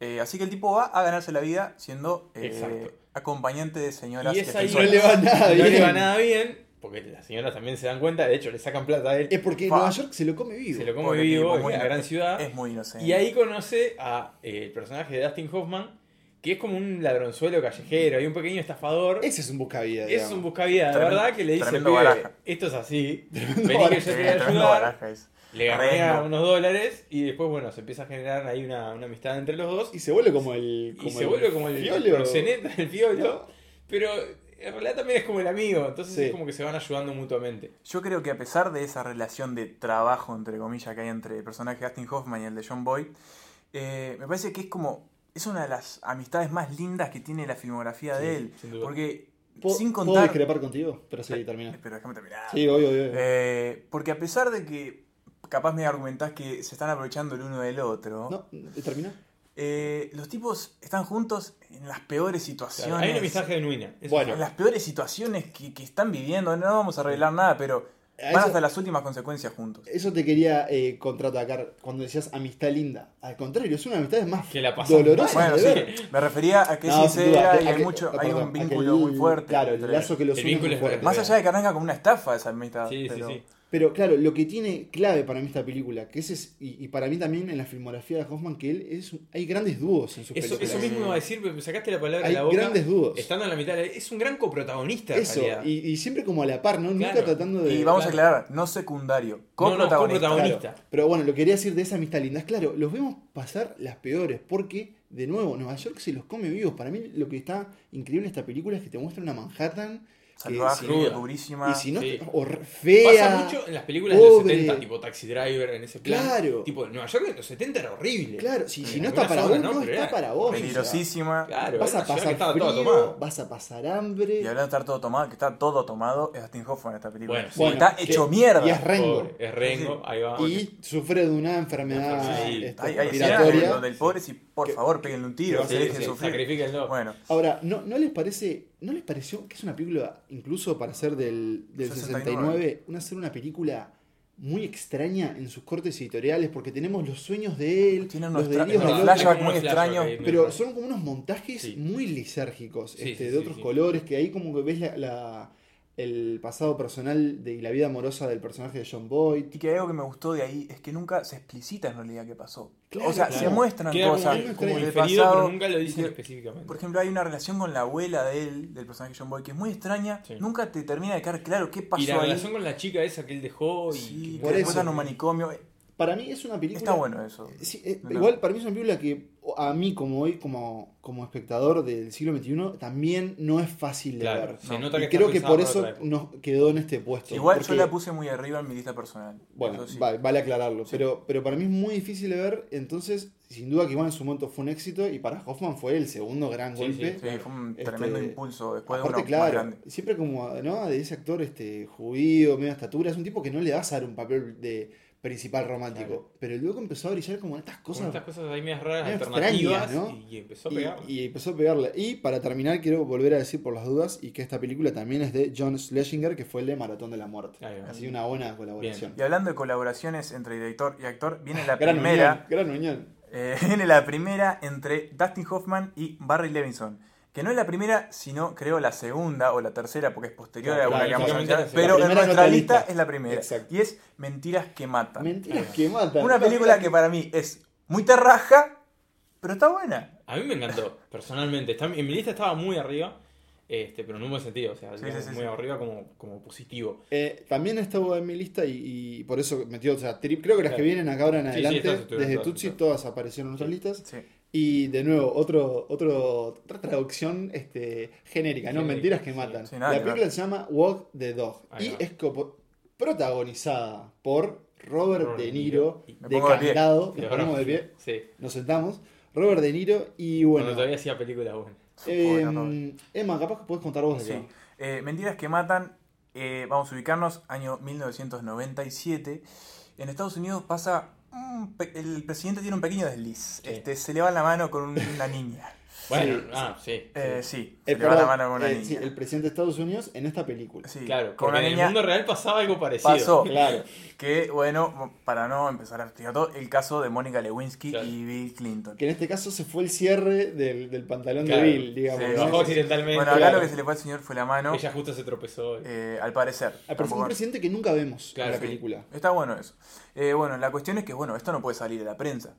Speaker 1: Eh, así que el tipo va a ganarse la vida siendo eh,
Speaker 3: Exacto.
Speaker 1: acompañante de señoras
Speaker 3: Y es ahí-
Speaker 2: No
Speaker 1: defensoras.
Speaker 2: le va nada
Speaker 3: No
Speaker 2: bien.
Speaker 3: le va nada bien, porque las señoras también se dan cuenta, de hecho, le sacan plata a él.
Speaker 2: Es porque
Speaker 1: Fa.
Speaker 2: Nueva York se lo come vivo.
Speaker 3: Se lo come
Speaker 1: Pobre
Speaker 3: vivo,
Speaker 1: tipo,
Speaker 3: en
Speaker 1: muy
Speaker 3: la gran
Speaker 1: inocente.
Speaker 3: ciudad.
Speaker 1: Es muy inocente.
Speaker 3: Y ahí conoce a eh, el personaje de Dustin Hoffman, que es como un ladronzuelo callejero, hay un pequeño estafador.
Speaker 2: Ese es un buscavida.
Speaker 3: Es un
Speaker 2: digamos.
Speaker 3: buscavida, de
Speaker 1: Tremendo-
Speaker 3: verdad que le dice,
Speaker 1: tremendo
Speaker 3: "Pibe,
Speaker 1: baraja".
Speaker 3: esto
Speaker 2: *laughs*
Speaker 3: es así, vení que yo
Speaker 1: Sí, *laughs*
Speaker 3: te voy a
Speaker 1: tremendo
Speaker 3: ayudar,
Speaker 1: baraja es.
Speaker 3: le ganea
Speaker 1: Tremendo.
Speaker 3: unos dólares y después, bueno, se empieza a generar ahí una, una amistad entre los dos
Speaker 2: Y se vuelve como el.
Speaker 3: y se vuelve como el
Speaker 2: fiolero.
Speaker 3: proxeneta, el fiolo, pero en realidad también es como el amigo, entonces
Speaker 2: Sí.
Speaker 3: es como que se van ayudando mutuamente.
Speaker 1: Yo creo que a pesar de esa relación de trabajo, entre comillas, que hay entre el personaje de Dustin Hoffman y el de John Boyd, eh, me parece que es como. Es una de las amistades más lindas que tiene la filmografía de
Speaker 3: Sí,
Speaker 1: él.
Speaker 3: sin duda.
Speaker 1: Porque,
Speaker 2: ¿Puedo-
Speaker 1: sin
Speaker 2: ¿Puedo
Speaker 1: contar.
Speaker 2: discrepar contigo? Pero
Speaker 3: Eh,
Speaker 2: sí, termina.
Speaker 1: Pero déjame terminar.
Speaker 2: Sí, obvio, obvio.
Speaker 1: Eh, porque a pesar de que capaz me argumentás que se están aprovechando el uno del otro,
Speaker 2: no, termina.
Speaker 1: eh, los tipos están juntos en las peores situaciones.
Speaker 3: Claro, hay una amistad genuina. eso
Speaker 2: Bueno.
Speaker 1: en las peores situaciones que, que están viviendo. No vamos a arreglar nada, pero
Speaker 2: A
Speaker 1: van
Speaker 2: eso-
Speaker 1: hasta las últimas consecuencias juntos.
Speaker 2: Eso te quería eh, contraatacar cuando decías amistad linda. Al contrario, es una amistad es más
Speaker 3: Que la pasas
Speaker 2: *laughs* dolorosa
Speaker 1: Bueno,
Speaker 2: de
Speaker 1: sí,
Speaker 2: ver.
Speaker 1: me refería a que es
Speaker 2: No, sin duda,
Speaker 1: sincera
Speaker 2: a
Speaker 1: y
Speaker 2: que- ah,
Speaker 1: hay, mucho,
Speaker 2: perdón,
Speaker 1: hay
Speaker 2: a
Speaker 1: un
Speaker 2: que
Speaker 1: vínculo
Speaker 2: el-
Speaker 1: muy fuerte.
Speaker 2: Claro, el
Speaker 1: entre-
Speaker 2: lazo que los
Speaker 3: El
Speaker 2: une es
Speaker 3: vínculo
Speaker 2: muy
Speaker 3: es
Speaker 2: fuerte.
Speaker 1: Más allá de que arranca como una estafa esa amistad.
Speaker 3: Sí, sí,
Speaker 1: pero-
Speaker 3: sí.
Speaker 2: Pero claro, lo que tiene clave para mí esta película, que ese es, y, y para mí también en la filmografía de Hoffman, que él es un- hay grandes dúos en sus
Speaker 3: Eso,
Speaker 2: películas.
Speaker 3: eso mismo iba a decir, pero me sacaste la palabra
Speaker 2: hay
Speaker 3: de la boca.
Speaker 2: grandes dúos.
Speaker 3: Estando en la mitad, de la- es un gran coprotagonista. en
Speaker 2: Eso,
Speaker 3: realidad.
Speaker 2: y, y siempre como a la par, ¿no? Nunca
Speaker 3: Claro.
Speaker 2: tratando de.
Speaker 1: Y vamos
Speaker 3: Claro.
Speaker 1: a aclarar, no secundario,
Speaker 3: No, no,
Speaker 1: coprotagonista.
Speaker 3: coprotagonista.
Speaker 2: Claro, Pero bueno, lo que quería decir de esa amistad linda es claro, los vemos pasar las peores, porque, de nuevo, Nueva York se los come vivos. Para mí lo que está increíble en esta película es que te muestra una Manhattan
Speaker 1: Salvaje,
Speaker 2: que sin
Speaker 3: duda.
Speaker 1: durísima.
Speaker 2: y si no
Speaker 3: sí.
Speaker 2: o re- fea.
Speaker 3: Pasa mucho en las películas
Speaker 2: pobre.
Speaker 3: de los 70, tipo Taxi Driver, en ese plan.
Speaker 2: Claro.
Speaker 3: Tipo, Nueva York en los 70 era horrible.
Speaker 2: Claro, si, si
Speaker 3: En
Speaker 2: no está
Speaker 3: algunas
Speaker 2: para vos,
Speaker 3: obras,
Speaker 2: no,
Speaker 3: no, pero
Speaker 2: está
Speaker 3: era
Speaker 2: para vos. o sea,
Speaker 1: Peligrosísima.
Speaker 3: Claro,
Speaker 2: vas
Speaker 3: era
Speaker 2: a
Speaker 3: una ciudad que
Speaker 2: pasar
Speaker 3: estaba toda
Speaker 2: frío,
Speaker 3: tomada.
Speaker 2: vas a pasar hambre.
Speaker 1: Y hablando de estar todo tomado, que está todo tomado, es Dustin Hoffman en esta película.
Speaker 3: Bueno, sí.
Speaker 1: Porque está
Speaker 2: que-
Speaker 1: hecho mierda.
Speaker 2: Y es Rengo.
Speaker 3: Pobre, es Rengo, ahí va.
Speaker 2: Y sufre de una enfermedad
Speaker 3: Ah, Sí, sí.
Speaker 2: esta,
Speaker 1: Hay, hay escenas
Speaker 2: respiratoria.
Speaker 1: donde el pobre, si por
Speaker 2: Que-
Speaker 1: favor, péguenle un
Speaker 2: que
Speaker 1: tiro,
Speaker 2: va a
Speaker 1: se
Speaker 2: ser-
Speaker 1: dejen
Speaker 2: sí,
Speaker 1: sufrir.
Speaker 3: sacrifíquenlo.
Speaker 1: Bueno,
Speaker 2: Ahora, ¿no, ¿no les parece, no les pareció que es una película, incluso para ser del, del 69,
Speaker 1: 69,
Speaker 2: una ser una película muy extraña en sus cortes editoriales? Porque tenemos los sueños de él,
Speaker 1: tiene
Speaker 2: los
Speaker 1: unos, tra-
Speaker 2: delirios
Speaker 1: unos
Speaker 2: del otro,
Speaker 1: flashbacks
Speaker 3: Como
Speaker 1: muy
Speaker 3: un flashback
Speaker 1: extraños.
Speaker 3: ahí.
Speaker 2: pero son como unos montajes
Speaker 3: Sí.
Speaker 2: muy lisérgicos,
Speaker 3: Sí,
Speaker 2: este,
Speaker 3: sí,
Speaker 2: de
Speaker 3: sí,
Speaker 2: otros
Speaker 3: sí.
Speaker 2: colores, que ahí como que ves la- la- el pasado personal de, y la vida amorosa del personaje de John Boyd.
Speaker 1: Y que algo que me gustó de ahí es que nunca se explicita en realidad qué pasó.
Speaker 2: Claro,
Speaker 1: o sea,
Speaker 2: claro.
Speaker 1: se muestran
Speaker 3: Queda como,
Speaker 1: cosas
Speaker 2: algo
Speaker 3: como
Speaker 1: del
Speaker 3: inferido,
Speaker 1: pasado.
Speaker 3: pero nunca lo dicen
Speaker 1: que-
Speaker 3: específicamente.
Speaker 1: Por ejemplo, hay una relación con la abuela de él, del personaje John Boy, que es muy extraña.
Speaker 3: Sí.
Speaker 1: Nunca te termina de quedar claro qué pasó
Speaker 3: y la
Speaker 1: ahí.
Speaker 3: relación con la chica esa que él dejó y
Speaker 1: Sí,
Speaker 3: que-
Speaker 2: por
Speaker 1: que
Speaker 2: eso.
Speaker 1: después en un manicomio. Eh,
Speaker 2: Para mí es una película...
Speaker 1: Está bueno eso.
Speaker 2: Sí, eh,
Speaker 1: No.
Speaker 2: Igual para mí es una película que a mí como hoy, como, como espectador del siglo XXI, también no es fácil de
Speaker 3: Claro,
Speaker 2: ver.
Speaker 3: se
Speaker 1: No.
Speaker 3: nota que
Speaker 2: Y
Speaker 3: está
Speaker 2: creo que
Speaker 3: pensada
Speaker 2: por
Speaker 3: otra
Speaker 2: eso
Speaker 3: época.
Speaker 2: nos quedó en este puesto.
Speaker 1: Igual
Speaker 2: porque-
Speaker 1: yo la puse muy arriba en mi lista personal.
Speaker 2: Bueno,
Speaker 1: Eso sí.
Speaker 2: vale, vale aclararlo,
Speaker 1: Sí.
Speaker 2: pero, pero para mí es muy difícil de ver, entonces sin duda que igual en su momento fue un éxito y para Hoffman fue el segundo gran
Speaker 3: Sí,
Speaker 2: golpe.
Speaker 3: sí,
Speaker 1: Sí, fue un
Speaker 2: Este,
Speaker 1: tremendo impulso después de
Speaker 2: Aparte,
Speaker 1: uno más
Speaker 2: claro,
Speaker 1: grande.
Speaker 2: siempre como ¿no? de ese actor este judío, media estatura, es un tipo que no le vas a dar un papel de principal romántico.
Speaker 3: Claro.
Speaker 2: Pero luego empezó a brillar como en estas
Speaker 3: Con
Speaker 2: cosas.
Speaker 3: estas cosas ahí medias raras,
Speaker 2: medio
Speaker 3: alternativas,
Speaker 2: extrañas, ¿no?
Speaker 3: y, y empezó a
Speaker 2: y-
Speaker 3: pegar.
Speaker 2: Y, empezó a pegarle. Y para terminar, quiero volver a decir por las dudas y que esta película también es de John Schlesinger, que fue el de Maratón de la Muerte.
Speaker 3: Ahí va.
Speaker 2: Así una buena colaboración.
Speaker 1: Y hablando de colaboraciones entre director y actor, viene la
Speaker 2: Gran
Speaker 1: primera.
Speaker 2: unión, gran unión.
Speaker 1: Eh, *laughs* viene la primera entre Dustin Hoffman y Barry Levinson. Que no es la primera, sino creo la segunda o la tercera, porque es posterior
Speaker 3: Claro,
Speaker 1: a una que vamos a mencionar.
Speaker 3: lógicamente la segunda.
Speaker 1: Pero
Speaker 2: La
Speaker 1: en
Speaker 2: primera no
Speaker 1: nuestra
Speaker 2: está
Speaker 1: lista
Speaker 2: lista.
Speaker 1: es la primera.
Speaker 2: Exacto.
Speaker 1: Y es Mentiras que Matan.
Speaker 2: Mentiras que matan.
Speaker 1: Ah, Una película que para mí es muy terraja, pero está buena.
Speaker 3: A mí me encantó, personalmente. Está- en mi lista estaba muy arriba, este, pero en un buen sentido. O sea,
Speaker 1: Sí,
Speaker 3: digamos,
Speaker 1: sí, sí,
Speaker 3: muy
Speaker 1: sí.
Speaker 3: arriba como, como positivo.
Speaker 2: Eh, también estuvo en mi lista y, y por eso metió, o sea, trip, creo que las
Speaker 3: Claro.
Speaker 2: que vienen acá ahora en
Speaker 3: Sí, sí,
Speaker 2: adelante,
Speaker 3: estas estuvieron
Speaker 2: desde
Speaker 3: todas,
Speaker 2: Tutsi,
Speaker 3: todas.
Speaker 2: todas aparecieron en nuestras
Speaker 3: Sí.
Speaker 2: listas.
Speaker 1: Sí.
Speaker 2: Y de nuevo, otro, otro, otra traducción este, genérica, ¿no?
Speaker 3: Genérica,
Speaker 2: Mentiras que
Speaker 3: sí.
Speaker 2: matan.
Speaker 1: Sí, nada
Speaker 2: la
Speaker 1: que ver.
Speaker 2: película se llama Walk the Dog
Speaker 3: Ahí
Speaker 2: y
Speaker 3: va.
Speaker 2: es copo- protagonizada por Robert,
Speaker 3: Robert
Speaker 2: De
Speaker 3: De
Speaker 2: Niro,
Speaker 3: Niro.
Speaker 1: Me pongo de pie.
Speaker 2: decantado,
Speaker 3: Y
Speaker 2: nos
Speaker 3: ahora-
Speaker 2: ponemos de pie,
Speaker 3: Sí.
Speaker 2: nos sentamos. Robert De Niro y
Speaker 3: Bueno,
Speaker 2: bueno,
Speaker 3: todavía hacía películas buenas.
Speaker 2: eh,
Speaker 1: Pobre Robert.
Speaker 2: Emma, capaz que podés contar vos de
Speaker 1: Sí.
Speaker 2: qué.
Speaker 1: Eh, Mentiras que matan, eh, vamos a ubicarnos, año 1997. En Estados Unidos pasa... un pe- el presidente tiene un pequeño desliz.
Speaker 3: Sí.
Speaker 1: Este, se le va la mano con una niña.
Speaker 3: Bueno, ah, sí.
Speaker 1: Eh, sí,
Speaker 2: Eh,
Speaker 1: se le va la
Speaker 2: perdón,
Speaker 1: mano con una
Speaker 2: eh,
Speaker 1: niña.
Speaker 2: sí, el presidente de Estados Unidos en esta película.
Speaker 1: Sí,
Speaker 3: Claro,
Speaker 1: con
Speaker 3: porque
Speaker 1: una
Speaker 3: en el
Speaker 1: niña
Speaker 3: mundo real pasaba algo parecido.
Speaker 1: Pasó.
Speaker 2: Claro.
Speaker 1: que, bueno, para no empezar a explicar todo, el caso de Mónica Lewinsky
Speaker 3: Claro.
Speaker 1: y Bill Clinton.
Speaker 2: Que en este caso se fue el cierre del, del pantalón
Speaker 3: Claro.
Speaker 2: de Bill, digamos.
Speaker 1: Sí,
Speaker 2: ¿no?
Speaker 1: sí,
Speaker 3: Bajó
Speaker 1: sí.
Speaker 3: accidentalmente.
Speaker 1: Bueno, acá
Speaker 2: claro.
Speaker 1: lo que se le fue al señor fue la mano,
Speaker 3: Ella justo se tropezó.
Speaker 1: eh, al parecer.
Speaker 2: Aparece
Speaker 1: Tampoco-
Speaker 2: un presidente que nunca vemos
Speaker 3: Claro,
Speaker 2: en la
Speaker 3: sí.
Speaker 2: película.
Speaker 1: Está bueno eso. Eh, bueno, la cuestión es que, bueno, esto no puede salir de la prensa.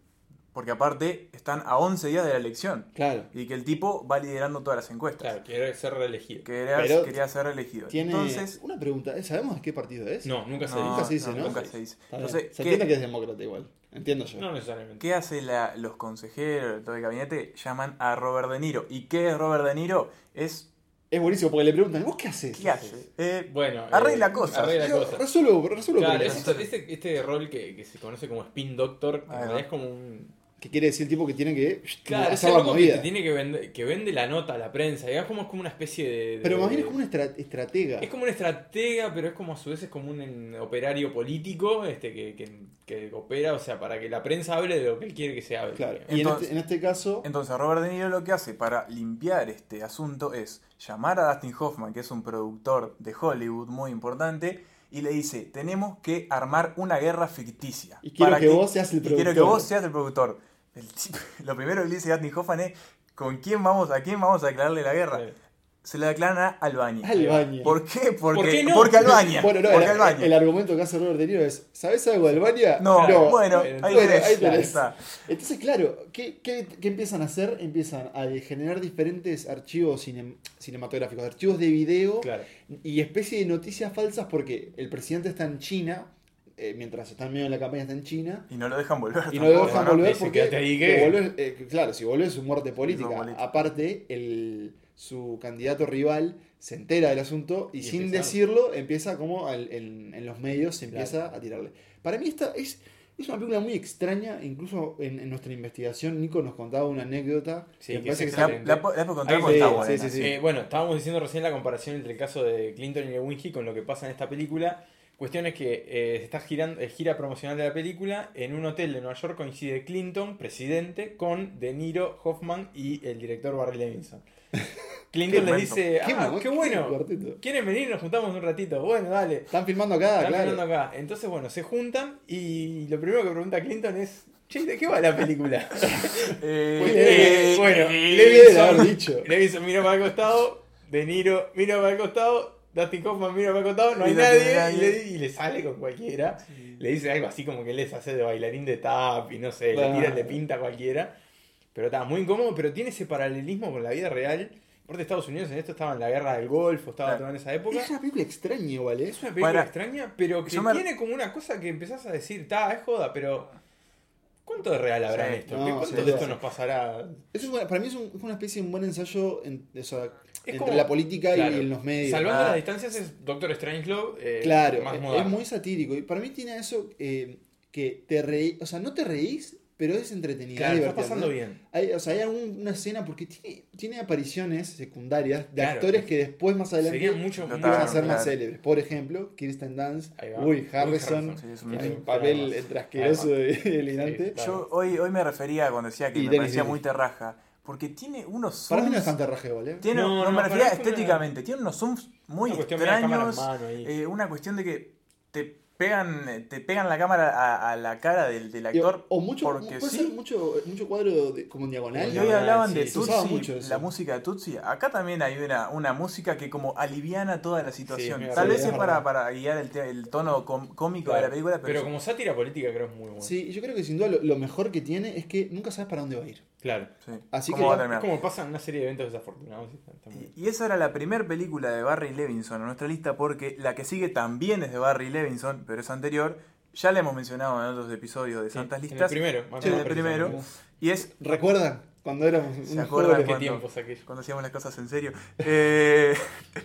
Speaker 1: Porque aparte están a 11 días de la elección.
Speaker 2: Claro.
Speaker 1: Y que el tipo va liderando todas las encuestas.
Speaker 3: Claro, quiere ser reelegido.
Speaker 1: Que era-
Speaker 2: Pero
Speaker 1: quería ser elegido.
Speaker 2: Tiene
Speaker 1: Entonces,
Speaker 2: una pregunta, ¿eh? ¿sabemos de qué partido es?
Speaker 3: No, nunca se
Speaker 1: no,
Speaker 3: dijo.
Speaker 2: nunca se dice, ¿no?
Speaker 1: Nunca se dice.
Speaker 2: Está bien.
Speaker 1: Entonces,
Speaker 2: se
Speaker 1: ¿qué-
Speaker 2: entiende que es demócrata igual. Entiendo yo.
Speaker 3: No necesariamente.
Speaker 1: ¿Qué hace la- los consejeros, todo el gabinete? Llaman a Robert De Niro. ¿Y qué es Robert De Niro? Es.
Speaker 2: Es buenísimo porque le preguntan, ¿vos qué haces?
Speaker 1: ¿Qué hace? Eh,
Speaker 3: Bueno,
Speaker 1: Arregla cosas.
Speaker 3: Arregla
Speaker 2: Yo,
Speaker 3: cosas.
Speaker 2: Resuelvo, resuelvo
Speaker 3: Claro, es
Speaker 2: problemas.
Speaker 3: esto- este, este rol que, que se conoce como Spin Doctor, que en
Speaker 1: Ahí va.
Speaker 3: realidad es como un
Speaker 2: Que quiere decir el tipo que tiene que
Speaker 3: Claro, es
Speaker 2: hacer la
Speaker 3: loco que
Speaker 2: movida.
Speaker 3: te tiene que vender, que vende la nota a la prensa, digamos como es como una especie de. de-
Speaker 2: Pero más bien es como una estra- estratega.
Speaker 3: es como un estratega, pero es como a su vez es como un en- operario político, este, que, que, que opera, o sea, para que la prensa hable de lo que él quiere que se hable.
Speaker 2: Claro.
Speaker 3: digamos.
Speaker 2: y en
Speaker 1: Entonces-
Speaker 2: este, en este caso,
Speaker 1: Entonces, Robert De Niro lo que hace para limpiar este asunto es llamar a Dustin Hoffman, que es un productor de Hollywood muy importante, y le dice: Tenemos que armar una guerra ficticia.
Speaker 2: y quiero
Speaker 1: Para
Speaker 2: que, vos seas el
Speaker 1: y
Speaker 2: productor.
Speaker 1: quiero que vos
Speaker 2: *laughs*
Speaker 1: seas el productor. El tipo- *laughs* lo primero que le dice Dustin Hoffman es: ¿Con quién vamos, a quién vamos a declararle la guerra?
Speaker 3: Claro.
Speaker 1: Se la declaran a Albania.
Speaker 2: Al baño.
Speaker 1: ¿Por qué? Porque,
Speaker 3: qué no?
Speaker 1: porque Albania.
Speaker 2: Bueno, no,
Speaker 1: porque
Speaker 2: el,
Speaker 1: Albania.
Speaker 2: el argumento que hace Robert De Niro es, ¿sabés algo de Albania?
Speaker 1: No,
Speaker 3: Claro.
Speaker 1: bueno, ahí
Speaker 3: Bueno,
Speaker 1: tenés,
Speaker 2: ahí
Speaker 1: ahí
Speaker 2: tenés.
Speaker 1: está.
Speaker 2: Entonces, claro, ¿qué, qué, qué empiezan a hacer? Empiezan a generar diferentes archivos cine- cinematográficos, archivos de video
Speaker 3: Claro.
Speaker 2: y especie de noticias falsas porque el presidente está en China, eh, mientras está en medio de la campaña está en China,
Speaker 1: Y no lo dejan volver.
Speaker 2: y no lo
Speaker 1: tampoco,
Speaker 2: dejan
Speaker 1: ¿no?
Speaker 2: volver
Speaker 3: Dice,
Speaker 2: porque,
Speaker 3: "Quédate ahí,
Speaker 2: te
Speaker 3: ¿qué?".
Speaker 2: volvés- eh, claro, si volvés es su muerte política.
Speaker 1: política.
Speaker 2: Aparte, el, su candidato rival se entera del asunto y,
Speaker 3: Y
Speaker 2: sin
Speaker 3: empieza-
Speaker 2: decirlo empieza como al- en, en los medios se empieza a tirarle. Para mí esta es, es una película muy extraña, incluso en, en nuestra investigación Nico nos contaba una anécdota
Speaker 3: Sí,
Speaker 2: que me
Speaker 3: que
Speaker 2: parece
Speaker 3: es
Speaker 2: que
Speaker 1: La,
Speaker 2: sale-
Speaker 3: excelente.
Speaker 1: la, po- la puedo contar
Speaker 3: Ahí
Speaker 1: porque
Speaker 2: sí,
Speaker 1: está
Speaker 2: sí,
Speaker 1: buena.
Speaker 2: sí, sí.
Speaker 3: Eh, bueno, estábamos diciendo recién la comparación entre el caso de Clinton y Lewinsky con lo que pasa en esta película. Cuestión es que eh, se está girando el gira promocional de la película. En un hotel de Nueva York coincide Clinton, presidente, con De Niro, Hoffman y el director
Speaker 2: *laughs*
Speaker 3: Barry Levinson.
Speaker 1: Qué
Speaker 3: Clinton le
Speaker 1: momento.
Speaker 3: dice,
Speaker 2: Qué
Speaker 3: ah,
Speaker 2: momento,
Speaker 3: qué
Speaker 2: qué
Speaker 3: bueno,
Speaker 2: cuarteto.
Speaker 3: ¿quieren venir? Nos juntamos un ratito. Bueno, dale.
Speaker 2: Están filmando acá,
Speaker 3: Están
Speaker 2: Ah, claro.
Speaker 3: filmando acá. Entonces, bueno, se juntan y lo primero que pregunta Clinton es, che, ¿de qué va la película?
Speaker 1: Eh,
Speaker 3: Eh,
Speaker 1: eh,
Speaker 3: bueno,
Speaker 2: ¿Qué
Speaker 3: Levinson-
Speaker 2: debe de haber dicho?
Speaker 3: Levinson mira para el costado, De Niro mira para el costado, Dustin Hoffman mira para el costado, no hay
Speaker 1: Y no tiene
Speaker 3: nadie,
Speaker 1: nadie.
Speaker 3: Y, le, y le sale con cualquiera. Le dice algo así como que les hace de bailarín de tap y no sé,
Speaker 2: Claro.
Speaker 3: le tira, le pinta a cualquiera. Pero está muy incómodo, pero tiene ese paralelismo con la vida real. Aparte, Estados Unidos en esto estaba en la guerra del Golfo, estaba
Speaker 1: Claro.
Speaker 3: todo en esa época.
Speaker 2: Es una película extraña igual, ¿eh?
Speaker 3: Es una película
Speaker 1: Para-
Speaker 3: extraña, pero que
Speaker 1: Yo me-
Speaker 3: tiene como una cosa que empezás a decir, ta, es joda, pero ¿cuánto de real habrá en
Speaker 1: Sí,
Speaker 3: esto?
Speaker 2: no,
Speaker 3: ¿Qué- ¿Cuánto
Speaker 2: sí,
Speaker 3: de
Speaker 2: sí.
Speaker 3: esto nos pasará?
Speaker 2: Eso es una- para mí es, un- es una especie de un buen ensayo en- o sea, entre
Speaker 3: como-
Speaker 2: la política
Speaker 3: claro.
Speaker 2: y en los medios.
Speaker 3: Salvando
Speaker 1: Ah.
Speaker 3: las distancias es Doctor Strangelove eh,
Speaker 2: claro,
Speaker 3: más
Speaker 2: es,
Speaker 3: moderno.
Speaker 2: es muy satírico. Y para mí tiene eso eh, que te reí, o sea, no te reís, pero es entretenida.
Speaker 3: Claro,
Speaker 2: es
Speaker 3: está
Speaker 2: divertida,
Speaker 3: pasando
Speaker 2: ¿no?
Speaker 3: bien.
Speaker 2: Hay, o sea, hay alguna escena porque tiene, tiene apariciones secundarias de
Speaker 3: Claro.
Speaker 2: actoral que después, más adelante,
Speaker 3: Sería mucho
Speaker 1: No
Speaker 2: iban a
Speaker 1: Claro,
Speaker 2: ser más
Speaker 1: claro.
Speaker 2: célebres. Por ejemplo, Kirsten Dunst,
Speaker 3: Ahí va.
Speaker 2: Woody
Speaker 3: Woody
Speaker 2: Harrison,
Speaker 3: Harrelson.
Speaker 1: Sí, es un-
Speaker 2: en
Speaker 3: Claro.
Speaker 2: un papel entre asqueroso y delirante.
Speaker 3: claro.
Speaker 1: Yo hoy, hoy me refería cuando decía que
Speaker 2: Y
Speaker 1: me
Speaker 2: Dennis
Speaker 1: parecía
Speaker 2: Dennis.
Speaker 1: muy terraja, porque tiene unos
Speaker 2: Para mí no es
Speaker 1: zooms-
Speaker 2: tan terrajebol, ¿eh?
Speaker 1: tiene,
Speaker 3: No,
Speaker 1: no,
Speaker 3: no,
Speaker 1: me
Speaker 3: para
Speaker 1: refería
Speaker 3: mí fue una-
Speaker 1: estéticamente, tiene unos zooms muy
Speaker 3: Una cuestión de la cámara en
Speaker 1: extraños,
Speaker 3: mano ahí.
Speaker 1: eh, una cuestión de que te pegan, eh, te pegan la cámara a, a la cara del, del
Speaker 2: Y-
Speaker 1: actor.
Speaker 2: o mucho,
Speaker 1: porque
Speaker 2: puede
Speaker 1: sí.
Speaker 2: ser mucho, mucho cuadro de- como en diagonal.
Speaker 1: Y
Speaker 3: Bueno,
Speaker 1: hoy hablaban
Speaker 3: sí,
Speaker 1: de
Speaker 2: se usaba mucho
Speaker 1: Tutsi,
Speaker 2: eso.
Speaker 1: la música de Tutsi. Acá también hay una, una música que como aliviana toda la situación.
Speaker 3: mira,
Speaker 1: Tal
Speaker 2: sí,
Speaker 1: vez
Speaker 2: es
Speaker 1: es para,
Speaker 2: verdad.
Speaker 1: para guiar el, te- el tono com- cómico de
Speaker 3: Claro.
Speaker 1: la película,
Speaker 3: Pero
Speaker 1: pero,
Speaker 3: como sátira política creo que es muy bueno.
Speaker 2: Sí, y yo creo que sin duda lo, lo mejor que tiene es que nunca sabes para dónde va a ir.
Speaker 3: Claro.
Speaker 1: sí.
Speaker 2: Así
Speaker 1: ¿Cómo
Speaker 2: que
Speaker 1: va a
Speaker 2: la-
Speaker 1: terminar?
Speaker 3: Es como pasan una serie de eventos desafortunados. y están- están muy
Speaker 1: Y-
Speaker 3: bien.
Speaker 1: Y esa era la primera película de Barry Levinson en nuestra lista porque la que sigue también es de Barry Levinson, pero es anterior. Ya la hemos mencionado en otros episodios de
Speaker 3: Sí,
Speaker 1: Santas
Speaker 3: en
Speaker 1: Listas.
Speaker 3: el primero. más
Speaker 1: Sí,
Speaker 3: o
Speaker 1: en
Speaker 3: menos
Speaker 1: el primero.
Speaker 3: precisamente.
Speaker 1: Y es
Speaker 2: ¿Recuerdan? Cuando éramos
Speaker 1: ¿Se
Speaker 2: unos
Speaker 1: acuerdan
Speaker 2: jóvenes.
Speaker 3: Qué
Speaker 1: Cuando-
Speaker 3: tiempos aquellos.
Speaker 1: cuando hacíamos las cosas en serio. Eh, *laughs*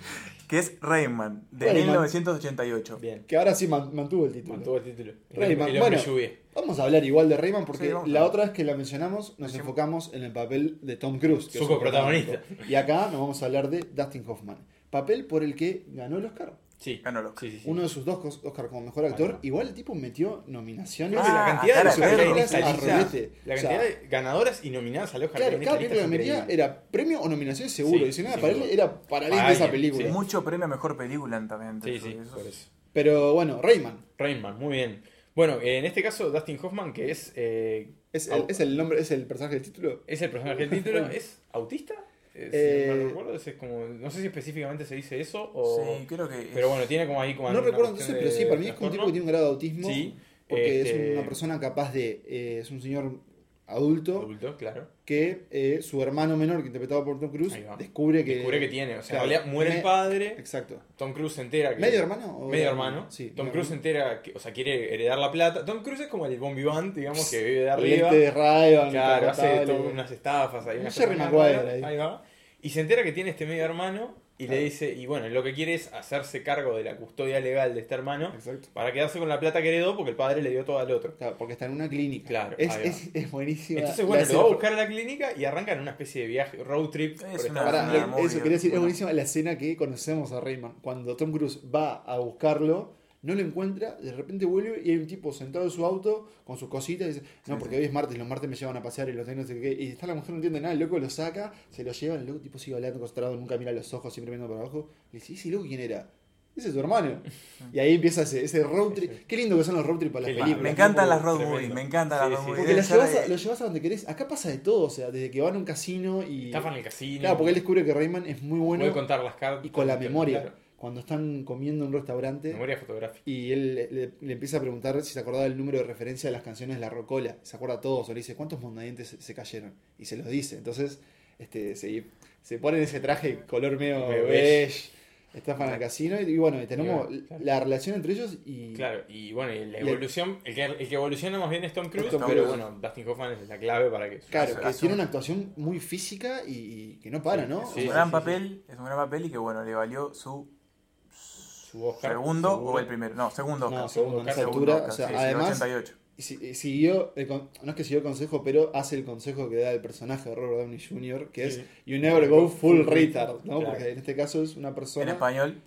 Speaker 1: que es Rayman, de
Speaker 2: Rayman.
Speaker 1: 1988.
Speaker 3: Bien.
Speaker 2: Que ahora sí man- mantuvo el título.
Speaker 3: Mantuvo el título. El
Speaker 2: Rayman,
Speaker 3: hombre- el hombre
Speaker 2: bueno.
Speaker 3: lluvia.
Speaker 2: Vamos a hablar igual de Rayman porque
Speaker 1: Sí, vamos a
Speaker 2: la
Speaker 1: hablar.
Speaker 2: otra vez que la mencionamos nos
Speaker 1: Decimos-
Speaker 2: enfocamos en el papel de Tom Cruise. que
Speaker 3: Su
Speaker 2: es un
Speaker 3: coprotagonista.
Speaker 2: protagónico. Y acá nos vamos a hablar de Dustin Hoffman. Papel por el que ganó el Oscar.
Speaker 3: Sí.
Speaker 1: Ganó el Oscar.
Speaker 3: Sí, sí, sí.
Speaker 2: Uno de sus dos cos- Oscar como mejor actor.
Speaker 3: Ahí va.
Speaker 2: Igual el tipo metió nominaciones.
Speaker 3: Creo que la
Speaker 1: Ah,
Speaker 3: cantidad de
Speaker 1: cara
Speaker 3: los
Speaker 1: de perro.
Speaker 3: Oscar en esta
Speaker 2: A
Speaker 3: lista-
Speaker 2: rolete.
Speaker 3: La
Speaker 2: O
Speaker 3: cantidad
Speaker 2: sea-
Speaker 3: de ganadoras y nominadas al Oscar
Speaker 2: Claro,
Speaker 3: en esta
Speaker 2: cada
Speaker 3: lista
Speaker 2: película que
Speaker 3: es
Speaker 2: metía
Speaker 3: increíble.
Speaker 2: era premio o nominación seguro.
Speaker 3: Sí,
Speaker 2: y si no era
Speaker 3: sin
Speaker 2: para él,
Speaker 3: duda.
Speaker 2: era para alguien
Speaker 3: Para
Speaker 2: de esa
Speaker 3: alguien,
Speaker 2: película.
Speaker 3: sí.
Speaker 1: Mucho premio a mejor película también.
Speaker 3: Sí,
Speaker 1: Eso-
Speaker 3: sí,
Speaker 1: eso
Speaker 3: por
Speaker 1: es-
Speaker 3: eso.
Speaker 2: Pero bueno, Rayman.
Speaker 3: Rainman, muy bien. Bueno, en este caso, Dustin Hoffman, que es. eh,
Speaker 2: ¿Es el,
Speaker 3: au-
Speaker 2: es el nombre, es el personaje del título?
Speaker 3: es el personaje del
Speaker 2: *laughs*
Speaker 3: título, ¿es autista? Eh, si
Speaker 2: Eh,
Speaker 3: no mal recuerdo, es como. No sé si específicamente se dice eso o.
Speaker 1: Sí, creo que. es-
Speaker 3: pero bueno, tiene como ahí como.
Speaker 2: No
Speaker 3: alguna
Speaker 2: recuerdo entonces,
Speaker 3: cuestión
Speaker 2: pero
Speaker 3: de
Speaker 2: sí, para mí es como un tipo que tiene un grado de autismo.
Speaker 3: Sí,
Speaker 2: Porque
Speaker 3: este,
Speaker 2: es una persona capaz de. eh, es un señor adulto
Speaker 3: Adulto, claro.
Speaker 2: que eh, su hermano menor, que interpretado por Tom Cruise,
Speaker 3: Ahí va.
Speaker 2: descubre que.
Speaker 3: Descubre que tiene. O sea,
Speaker 2: claro,
Speaker 3: en realidad muere
Speaker 2: me-
Speaker 3: el padre.
Speaker 2: Exacto.
Speaker 3: Tom Cruise se entera que.
Speaker 2: ¿Medio hermano? o
Speaker 3: Medio
Speaker 2: era-
Speaker 3: hermano.
Speaker 2: Sí.
Speaker 3: Tom
Speaker 2: medio
Speaker 3: Cruise se
Speaker 2: hermano.
Speaker 3: entera, que, o sea, quiere heredar la plata. Tom Cruise es como el bombiván, digamos, que vive de arriba.
Speaker 2: Lente de Ray-Ban,
Speaker 3: Claro, hace
Speaker 2: insoportable.
Speaker 3: todo unas estafas ahí.
Speaker 2: Un
Speaker 3: unas
Speaker 2: Jerry
Speaker 3: cosas
Speaker 2: Maguire
Speaker 3: raras.
Speaker 2: ahí.
Speaker 3: va. Y se entera que tiene este medio hermano y
Speaker 2: Claro.
Speaker 3: le dice, y bueno, lo que quiere es hacerse cargo de la custodia legal de este hermano
Speaker 2: Exacto.
Speaker 3: para quedarse con la plata que heredó porque el padre le dio todo al otro.
Speaker 2: Claro, porque está en una clínica.
Speaker 3: Claro,
Speaker 2: Es,
Speaker 3: ahí va.
Speaker 2: es, es buenísima.
Speaker 3: Entonces, bueno,
Speaker 2: la
Speaker 3: lo va a
Speaker 2: escena-
Speaker 3: buscar a la clínica y arrancan una especie de viaje, road trip.
Speaker 1: Es
Speaker 3: por
Speaker 1: una-
Speaker 3: Estados
Speaker 2: Pará,
Speaker 1: Ah,
Speaker 3: Unidos.
Speaker 1: muy
Speaker 2: eso
Speaker 1: bien,
Speaker 2: quería decir, es
Speaker 1: bueno.
Speaker 2: buenísima la escena que conocemos a Rayman. Cuando Tom Cruise va a buscarlo, no lo encuentra, de repente vuelve y hay un tipo sentado en su auto con sus cositas y dice, no,
Speaker 1: Sí,
Speaker 2: porque
Speaker 1: sí.
Speaker 2: hoy es martes, los martes me llevan a pasear y los tengo, no sé qué. Y está la mujer, no entiende nada, el loco lo saca, se lo lleva, el loco tipo sigue hablando concentrado, nunca mira los ojos, siempre mirando para abajo. Le dice, ¿y ese loco quién era? Ese es
Speaker 1: *laughs*
Speaker 2: tu hermano. Y ahí empieza ese, ese road trip. Qué lindo que son los road trip para
Speaker 3: Qué
Speaker 2: las
Speaker 3: lindo.
Speaker 1: Ah,
Speaker 2: películas.
Speaker 1: me encantan
Speaker 3: película, ¿no?
Speaker 1: las road
Speaker 3: Tremendo.
Speaker 1: movies, me encantan
Speaker 3: Sí,
Speaker 1: las road
Speaker 3: sí.
Speaker 1: movies.
Speaker 2: Porque las
Speaker 1: Debe
Speaker 2: llevas
Speaker 1: ser
Speaker 2: a- lo llevas a donde querés. Acá pasa de todo, o sea, desde que van a un casino y.
Speaker 3: Estafan el casino.
Speaker 2: Claro, porque él descubre que Rayman es muy bueno
Speaker 3: puede contar las cartas.
Speaker 2: y con la
Speaker 3: claro,
Speaker 2: memoria.
Speaker 3: claro.
Speaker 2: Cuando están comiendo en un restaurante
Speaker 3: Memoria fotográfica.
Speaker 2: y él le, le- le empieza a preguntar si se acordaba del número de referencia de las canciones de La Rocola. Se acuerda todos, o le dice, ¿cuántos mondadientes se, se cayeron? Y se los dice. Entonces, este, se, se ponen ese traje color medio
Speaker 3: Medio
Speaker 2: beige, estafan al casino y, y bueno, y tenemos
Speaker 3: Y bueno, claro.
Speaker 2: la relación entre ellos y...
Speaker 3: Claro, y bueno, y la
Speaker 2: Y el-
Speaker 3: evolución, el que, el que evoluciona más bien es Tom Cruise,
Speaker 2: Tom
Speaker 3: pero
Speaker 2: Cruise.
Speaker 3: bueno, Dustin Hoffman es la clave para que
Speaker 2: Claro, que
Speaker 1: Hace-
Speaker 2: tiene una actuación muy física y, y que no para, ¿no?
Speaker 1: un
Speaker 3: Sí,
Speaker 1: gran
Speaker 3: sí, sí,
Speaker 1: papel, es un gran papel y que bueno, le valió su
Speaker 3: su Oscar.
Speaker 1: segundo
Speaker 3: seguro.
Speaker 1: o el primero. No, segundo
Speaker 2: No,
Speaker 1: Oscar.
Speaker 2: segundo, en
Speaker 3: Oscar,
Speaker 2: esa
Speaker 1: Segundo
Speaker 2: altura.
Speaker 1: Oscar,
Speaker 2: o sea,
Speaker 1: sí, sí,
Speaker 2: además,
Speaker 1: 88.
Speaker 2: Y si- y siguió, el con- no es que siguió el consejo, pero hace el consejo que da el personaje de Robert Downey Jr., que
Speaker 3: Sí.
Speaker 2: es You never go full retard, ¿no?
Speaker 3: Claro.
Speaker 2: Porque en este caso es una
Speaker 1: En
Speaker 2: persona.
Speaker 1: español,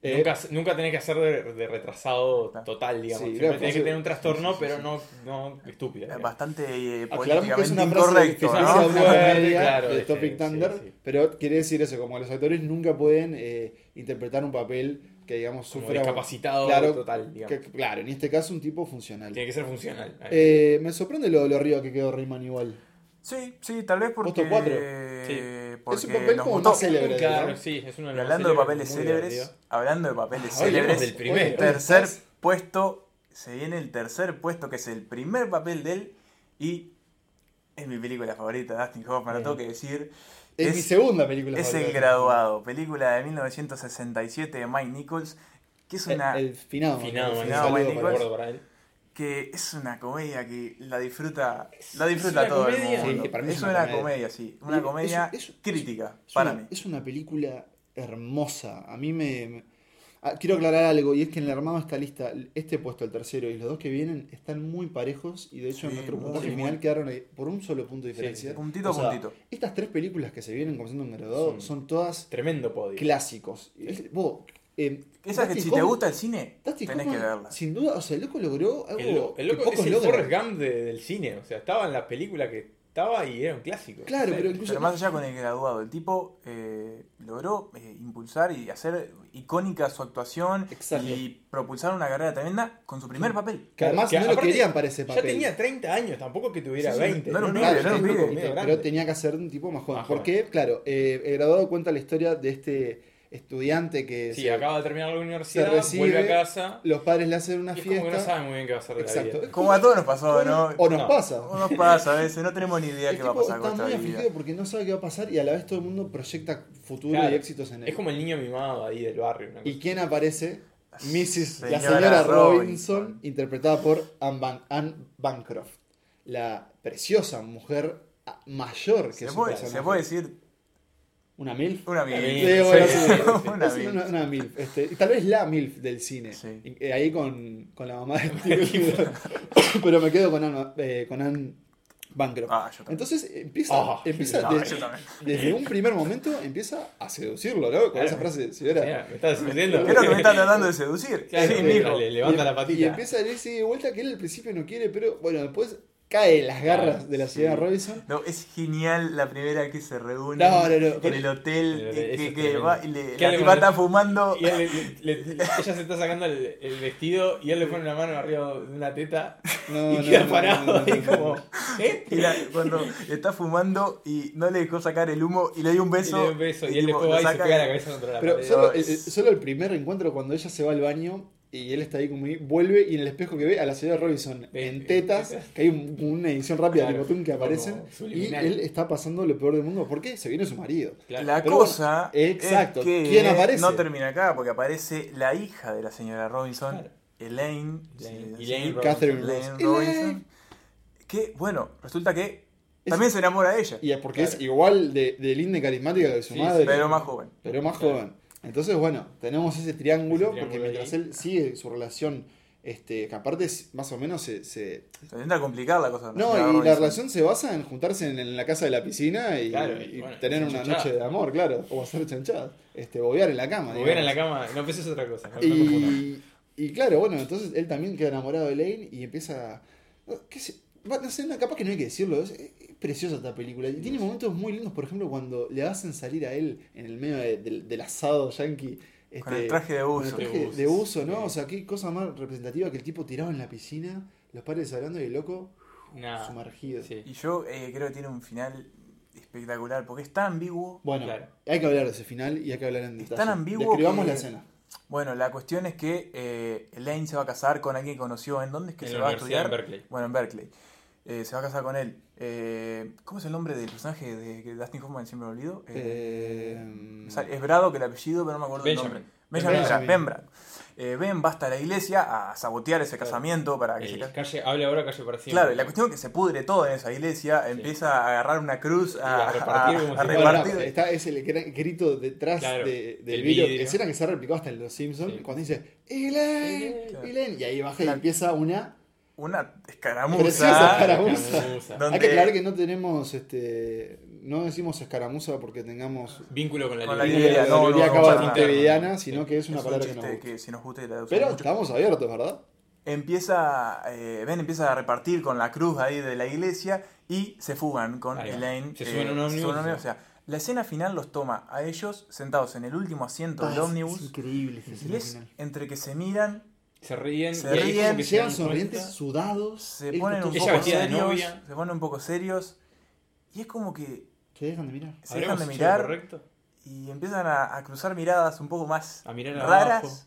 Speaker 2: eh,
Speaker 3: nunca, nunca tenés que hacer de, de retrasado
Speaker 1: Claro.
Speaker 3: total, digamos.
Speaker 2: Sí,
Speaker 3: Siempre
Speaker 2: claro,
Speaker 3: tenés
Speaker 2: sí.
Speaker 3: que tener un trastorno,
Speaker 2: Sí, sí, sí.
Speaker 3: pero no, no estúpido.
Speaker 1: es
Speaker 3: digamos.
Speaker 1: bastante eh,
Speaker 2: Aclaramos que es
Speaker 1: políticamente
Speaker 2: una frase
Speaker 1: incorrecto,
Speaker 2: que
Speaker 3: ¿no?
Speaker 2: se dice a una *laughs*
Speaker 3: Fuerte,
Speaker 2: comedia
Speaker 3: claro,
Speaker 2: de
Speaker 3: este,
Speaker 2: Topic
Speaker 3: sí,
Speaker 2: Thunder,
Speaker 3: sí.
Speaker 2: pero quiere decir eso, como que los actores nunca pueden eh, interpretar un papel que, digamos,
Speaker 3: Como
Speaker 2: sufra...
Speaker 3: discapacitado
Speaker 2: Claro,
Speaker 3: total, digamos.
Speaker 2: que- claro, en este caso un tipo funcional.
Speaker 3: Tiene que ser funcional.
Speaker 2: Eh, me sorprende lo, lo arriba que quedó Rayman igual.
Speaker 1: *laughs* Sí, sí, tal vez porque.
Speaker 2: Puesto cuatro.
Speaker 1: eh,
Speaker 2: Es
Speaker 1: Porque
Speaker 2: un papel
Speaker 1: nos
Speaker 2: como
Speaker 1: gustó.
Speaker 2: más célebre.
Speaker 3: claro,
Speaker 2: ¿no?
Speaker 3: sí, es uno de
Speaker 1: Y
Speaker 3: los
Speaker 1: hablando de
Speaker 3: más
Speaker 1: papeles
Speaker 3: muy
Speaker 1: célebres,
Speaker 3: divertido.
Speaker 1: hablando de papeles
Speaker 3: Ah, hablemos
Speaker 1: célebres,
Speaker 3: del primero.
Speaker 1: tercer
Speaker 2: Estás-
Speaker 1: puesto, se viene el tercer puesto, que es el primer papel de él y es mi película favorita, Dustin Hoffman, lo
Speaker 3: Bien.
Speaker 1: tengo que decir.
Speaker 2: Es,
Speaker 1: Es-
Speaker 2: mi segunda película.
Speaker 1: Es
Speaker 2: favorita.
Speaker 1: El Graduado, película de 1967 de Mike Nichols, que es
Speaker 2: El,
Speaker 1: una,
Speaker 2: el finado.
Speaker 3: Finado,
Speaker 2: ¿no?
Speaker 3: man,
Speaker 2: Un
Speaker 1: finado,
Speaker 2: saludo
Speaker 1: man,
Speaker 2: para-
Speaker 1: Nichols.
Speaker 3: recuerdo para él.
Speaker 1: que es una comedia que la disfruta, la
Speaker 3: es
Speaker 1: disfruta
Speaker 3: una
Speaker 1: todo
Speaker 3: comedia.
Speaker 1: el mundo.
Speaker 2: Sí, para mí
Speaker 1: es una comedia, sí, una
Speaker 2: Es-
Speaker 1: comedia
Speaker 2: es- es-
Speaker 1: crítica,
Speaker 2: Es
Speaker 1: para
Speaker 2: una-
Speaker 1: mí.
Speaker 2: Es una película hermosa. A mí me. me- Ah, quiero aclarar algo, y es que en el armado está lista este puesto, el tercero, y los dos que vienen están muy parejos, y de hecho en
Speaker 1: Sí,
Speaker 2: nuestro
Speaker 1: muy,
Speaker 2: puntaje
Speaker 1: muy.
Speaker 2: final quedaron ahí por un solo punto de
Speaker 3: Sí,
Speaker 2: diferencia.
Speaker 1: puntito a
Speaker 2: O sea,
Speaker 1: puntito.
Speaker 2: Estas tres películas que se vienen como siendo un graduado
Speaker 3: Son-
Speaker 2: son todas
Speaker 3: Tremendo podio.
Speaker 2: clásicos. Y es- vos, eh,
Speaker 1: Esa que
Speaker 2: Dustin
Speaker 1: si te
Speaker 2: Hoffman-
Speaker 1: gusta el cine,
Speaker 2: Dustin
Speaker 1: tenés que
Speaker 2: Hoffman,
Speaker 1: verla.
Speaker 2: Sin duda, o sea, el loco logró algo
Speaker 3: El, lo- el
Speaker 2: que
Speaker 3: loco
Speaker 2: pocos
Speaker 3: es el
Speaker 2: logran.
Speaker 3: Forrest Gump de- del cine. O sea, estaba en la película que estaba y era un clásico.
Speaker 2: Claro,
Speaker 3: O sea,
Speaker 2: pero incluso
Speaker 1: Pero más allá con el graduado, el tipo eh, logró eh, impulsar y hacer icónica su actuación
Speaker 2: Exacto.
Speaker 1: y propulsar una carrera tremenda con su primer papel.
Speaker 2: que además no lo
Speaker 3: aparte
Speaker 2: querían para ese
Speaker 3: Ya
Speaker 2: papel.
Speaker 3: tenía 30 años, tampoco que tuviera
Speaker 1: Sí, sí,
Speaker 3: 20.
Speaker 1: no era un
Speaker 2: Claro,
Speaker 1: pibe, no era un
Speaker 2: tenía
Speaker 1: pibe.
Speaker 2: un poquito,
Speaker 3: medio grande.
Speaker 2: pero tenía que ser un tipo más joven.
Speaker 3: Más joven.
Speaker 2: Porque, claro, eh, el graduado cuenta la historia de este estudiante que
Speaker 3: Sí,
Speaker 2: se-
Speaker 3: acaba de terminar la universidad,
Speaker 2: se recibe
Speaker 3: vuelve a casa.
Speaker 2: los padres le hacen una
Speaker 3: y es
Speaker 2: fiesta.
Speaker 3: como que no sabe muy bien qué va a hacer de
Speaker 2: Exacto.
Speaker 3: la vida.
Speaker 2: Es
Speaker 1: Como a todos nos pasó, ¿no?
Speaker 2: O nos
Speaker 3: No.
Speaker 2: pasa.
Speaker 1: O nos pasa a veces, no tenemos ni idea
Speaker 2: El
Speaker 1: qué va a
Speaker 2: tipo
Speaker 1: pasar con
Speaker 2: está muy
Speaker 1: nuestra vida.
Speaker 2: afligido porque no sabe qué va a pasar y a la vez todo el mundo proyecta futuro
Speaker 3: Claro.
Speaker 2: y éxitos en él.
Speaker 3: Es como el niño mimado ahí del barrio. una cosa.
Speaker 2: ¿Y quién aparece? Mrs.
Speaker 1: Señora
Speaker 2: la señora Robinson,
Speaker 1: Robinson.
Speaker 2: interpretada por Anne, Ban- Anne Bancroft, la preciosa mujer ah, mayor que
Speaker 1: Se
Speaker 2: su
Speaker 1: puede,
Speaker 2: personaje.
Speaker 1: se puede decir
Speaker 2: ¿Una MILF?
Speaker 1: una
Speaker 3: Una
Speaker 1: mil.
Speaker 3: mil.
Speaker 2: Sí, bueno, sí, sí,
Speaker 3: sí.
Speaker 1: *laughs* Una
Speaker 2: Es
Speaker 1: mil.
Speaker 2: una- una MILF, este, y tal vez la MILF del cine.
Speaker 1: Sí.
Speaker 2: Y- eh, Ahí con, con la mamá de Steve Urkel. *laughs* Pero me quedo con Anne, eh, con Anne Bancroft.
Speaker 1: Ah, yo también.
Speaker 2: Entonces empieza,
Speaker 3: Ah,
Speaker 2: empieza
Speaker 3: no,
Speaker 2: de-
Speaker 1: yo también.
Speaker 2: desde un primer momento empieza a seducirlo, ¿no? Con
Speaker 3: Claro.
Speaker 2: esa frase, señora.
Speaker 3: Mira, me estás diciendo. *laughs*
Speaker 1: Creo que me están tratando de seducir.
Speaker 3: Claro,
Speaker 1: sí,
Speaker 3: le-
Speaker 1: mijo.
Speaker 3: le- levanta
Speaker 2: y, em-
Speaker 3: la patita.
Speaker 2: Y empieza a decir de vuelta que él al principio no quiere, pero bueno, después cae en las garras
Speaker 3: Ah,
Speaker 2: de la
Speaker 3: sí.
Speaker 2: señora Robinson.
Speaker 1: No, es genial la primera que se reúne
Speaker 2: No, no, no, con-
Speaker 1: en el hotel eh,
Speaker 3: Eso
Speaker 1: que,
Speaker 3: es
Speaker 1: que
Speaker 3: tremendo.
Speaker 1: va y le,
Speaker 3: ¿Qué
Speaker 1: la
Speaker 3: hago
Speaker 1: tipa
Speaker 3: con
Speaker 1: está
Speaker 3: el-
Speaker 1: fumando.
Speaker 3: Y él le- le- le- ella se está sacando el, el vestido y él le pone una mano arriba de una teta
Speaker 2: No,
Speaker 3: y
Speaker 2: no,
Speaker 3: queda
Speaker 2: no,
Speaker 3: parado
Speaker 2: no, no,
Speaker 3: ahí
Speaker 2: no, no.
Speaker 3: como. ¿Eh?
Speaker 1: *laughs* Y la- cuando está fumando y no le dejó sacar el humo y le dio un
Speaker 3: Y
Speaker 1: beso.
Speaker 3: le da un beso y él
Speaker 1: tipo,
Speaker 3: después
Speaker 1: lo
Speaker 3: va y se
Speaker 1: saca
Speaker 3: pega la cabeza contra la
Speaker 2: Pero
Speaker 3: pared.
Speaker 2: solo el,
Speaker 1: es-
Speaker 2: el- solo el primer encuentro cuando ella se va al baño y él está ahí como ahí, vuelve y en el espejo que ve a la señora Robinson
Speaker 3: Ve-
Speaker 2: en
Speaker 3: ve-
Speaker 2: tetas,
Speaker 3: tetas.
Speaker 2: que hay un- una edición rápida
Speaker 3: Eh, Claro,
Speaker 2: de botón que
Speaker 3: como
Speaker 2: aparecen y
Speaker 3: subliminal.
Speaker 2: él está pasando lo peor del mundo porque se viene su marido.
Speaker 3: Claro.
Speaker 1: La
Speaker 2: Pero
Speaker 1: cosa
Speaker 2: bueno, exacto,
Speaker 1: es que
Speaker 2: ¿quién aparece?
Speaker 1: no termina acá porque aparece la hija de la señora Robinson,
Speaker 3: Claro.
Speaker 1: Elaine,
Speaker 3: Elaine-
Speaker 1: sí,
Speaker 3: Elaine
Speaker 1: sí,
Speaker 3: Robinson.
Speaker 2: Catherine
Speaker 1: Elaine
Speaker 2: Ross.
Speaker 1: Robinson, que bueno, resulta que
Speaker 2: Es-
Speaker 1: también se enamora de ella,
Speaker 2: Y es porque es
Speaker 3: Claro.
Speaker 2: igual de, de linda y carismática que su
Speaker 3: Sí,
Speaker 2: madre.
Speaker 1: pero más joven.
Speaker 2: pero más
Speaker 3: Claro.
Speaker 2: joven. Entonces, bueno, tenemos ese triángulo,
Speaker 3: Ese triángulo
Speaker 2: porque mientras
Speaker 3: ahí.
Speaker 2: él sigue su relación, este, que aparte es- más o menos se- se,
Speaker 1: Se intenta complicar la cosa.
Speaker 2: No,
Speaker 1: señora
Speaker 2: y la
Speaker 1: Robinson.
Speaker 2: relación se basa en juntarse en, en la casa de la piscina y,
Speaker 3: Claro, y
Speaker 2: y
Speaker 3: bueno,
Speaker 2: tener
Speaker 3: hacer
Speaker 2: una
Speaker 3: chanchadas.
Speaker 2: noche de amor, claro. O hacer chanchadas. Este, bobear en la cama.
Speaker 3: Como ven en la
Speaker 2: digamos.
Speaker 3: cama, no, pues eso es otra cosa. no- no confundamos.
Speaker 2: Y, y claro, bueno, entonces él también queda enamorado de Elaine y empieza. no, ¿Qué sé? va- No sé, no, capaz que no hay que decirlo. Es, es preciosa esta película. Y tiene momentos muy lindos, por ejemplo, cuando le hacen salir a él en el medio de- del, del asado yankee. Este,
Speaker 1: Con el traje de buzo.
Speaker 2: con el
Speaker 3: De
Speaker 2: traje
Speaker 3: buzo,
Speaker 2: de uso, ¿no?
Speaker 3: sí.
Speaker 2: O sea, qué cosa más representativa que el tipo tirado en la piscina, los padres hablando y el loco
Speaker 3: Nah,
Speaker 2: sumergido.
Speaker 3: Ah, sí,
Speaker 1: Y yo eh, creo que tiene un final espectacular porque es tan ambiguo.
Speaker 2: Bueno,
Speaker 3: Claro.
Speaker 2: hay que hablar de ese final y hay que hablar en detalle.
Speaker 1: tan ambiguo
Speaker 2: Describamos
Speaker 1: que-
Speaker 2: la escena.
Speaker 1: Bueno, la cuestión es que eh, Elaine se va a casar con alguien que conoció. ¿En dónde es que
Speaker 3: En
Speaker 1: se
Speaker 3: la
Speaker 1: va a
Speaker 3: universidad,
Speaker 1: estudiar?
Speaker 3: en Berkeley.
Speaker 1: Bueno, en Berkeley. Eh, se va a casar con él. Eh, ¿Cómo es el nombre del personaje de que Dustin Hoffman siempre me olvido? Eh,
Speaker 2: Eh,
Speaker 1: o sea, es Brado que el apellido, pero no me acuerdo el
Speaker 3: Benjamin.
Speaker 1: nombre. Benjamin Brack,
Speaker 2: Benjamin.
Speaker 1: Ben Brack. Eh, ben va hasta la iglesia a sabotear ese
Speaker 2: Claro.
Speaker 1: casamiento para que
Speaker 3: Eh,
Speaker 1: se case.
Speaker 3: calle, habla ahora calle para siempre.
Speaker 1: Claro, y la cuestión es que se pudre todo en esa iglesia, empieza a agarrar una cruz, a,
Speaker 3: a repartir
Speaker 1: a-
Speaker 3: como
Speaker 1: a
Speaker 2: bueno,
Speaker 3: si fuera-
Speaker 1: repartir.
Speaker 2: no, está, es el gran grito detrás
Speaker 3: Claro,
Speaker 2: de, del
Speaker 3: el
Speaker 2: vidrio.
Speaker 3: vidrio.
Speaker 2: Escena que se replicó hasta en Los Simpsons
Speaker 3: Sí.
Speaker 2: cuando dice Elaine,
Speaker 1: Claro.
Speaker 2: Elaine. Y ahí baja y
Speaker 1: Claro.
Speaker 2: empieza una.
Speaker 1: Una
Speaker 2: Preciosa
Speaker 1: escaramuza.
Speaker 3: Ah,
Speaker 2: escaramuza.
Speaker 3: Caramuza.
Speaker 1: ¿Dónde?
Speaker 2: Hay que aclarar que no tenemos este. No decimos escaramuza porque tengamos.
Speaker 3: Vínculo con la,
Speaker 1: Con la
Speaker 2: ninguna
Speaker 1: librería, no,
Speaker 2: librería
Speaker 1: no,
Speaker 2: acaba
Speaker 1: no,
Speaker 2: de
Speaker 1: no.
Speaker 2: montevideana, sino que es una
Speaker 1: Es un
Speaker 2: palabra que nos
Speaker 1: chiste
Speaker 2: gusta.
Speaker 1: que si nos gusta y la usamos
Speaker 2: Pero
Speaker 1: mucho.
Speaker 2: estamos abiertos, ¿verdad?
Speaker 1: Empieza, eh, Ben empieza a repartir con la cruz ahí de la iglesia y se fugan con
Speaker 3: Ahí va.
Speaker 1: Elaine. eh,
Speaker 3: Se suben a un
Speaker 1: se
Speaker 3: ómnibus,
Speaker 1: a un
Speaker 3: o sea.
Speaker 1: O sea, la escena final los toma a ellos sentados en el último asiento del
Speaker 2: Ah, es- Es
Speaker 1: ómnibus
Speaker 2: increíble esa
Speaker 1: y
Speaker 2: escena
Speaker 1: es
Speaker 2: final.
Speaker 1: entre que se miran,
Speaker 3: Se ríen.
Speaker 1: Se
Speaker 3: y ahí es como
Speaker 1: ríen,
Speaker 3: que se
Speaker 2: Llegan
Speaker 3: dan
Speaker 2: sonrientes,
Speaker 3: cuenta.
Speaker 2: sudados.
Speaker 1: se
Speaker 2: ellos
Speaker 1: ponen
Speaker 2: todos-
Speaker 1: un
Speaker 3: Ella
Speaker 1: poco
Speaker 3: vestida de
Speaker 1: serios,
Speaker 3: novia.
Speaker 1: se ponen un poco serios y es como que
Speaker 2: Se dejan de mirar.
Speaker 1: se
Speaker 3: ¿Habremos
Speaker 1: dejan de
Speaker 3: hecho lo
Speaker 1: mirar
Speaker 3: correcto?
Speaker 1: y empiezan a, a cruzar miradas un poco más
Speaker 3: A mirar abajo.
Speaker 1: raras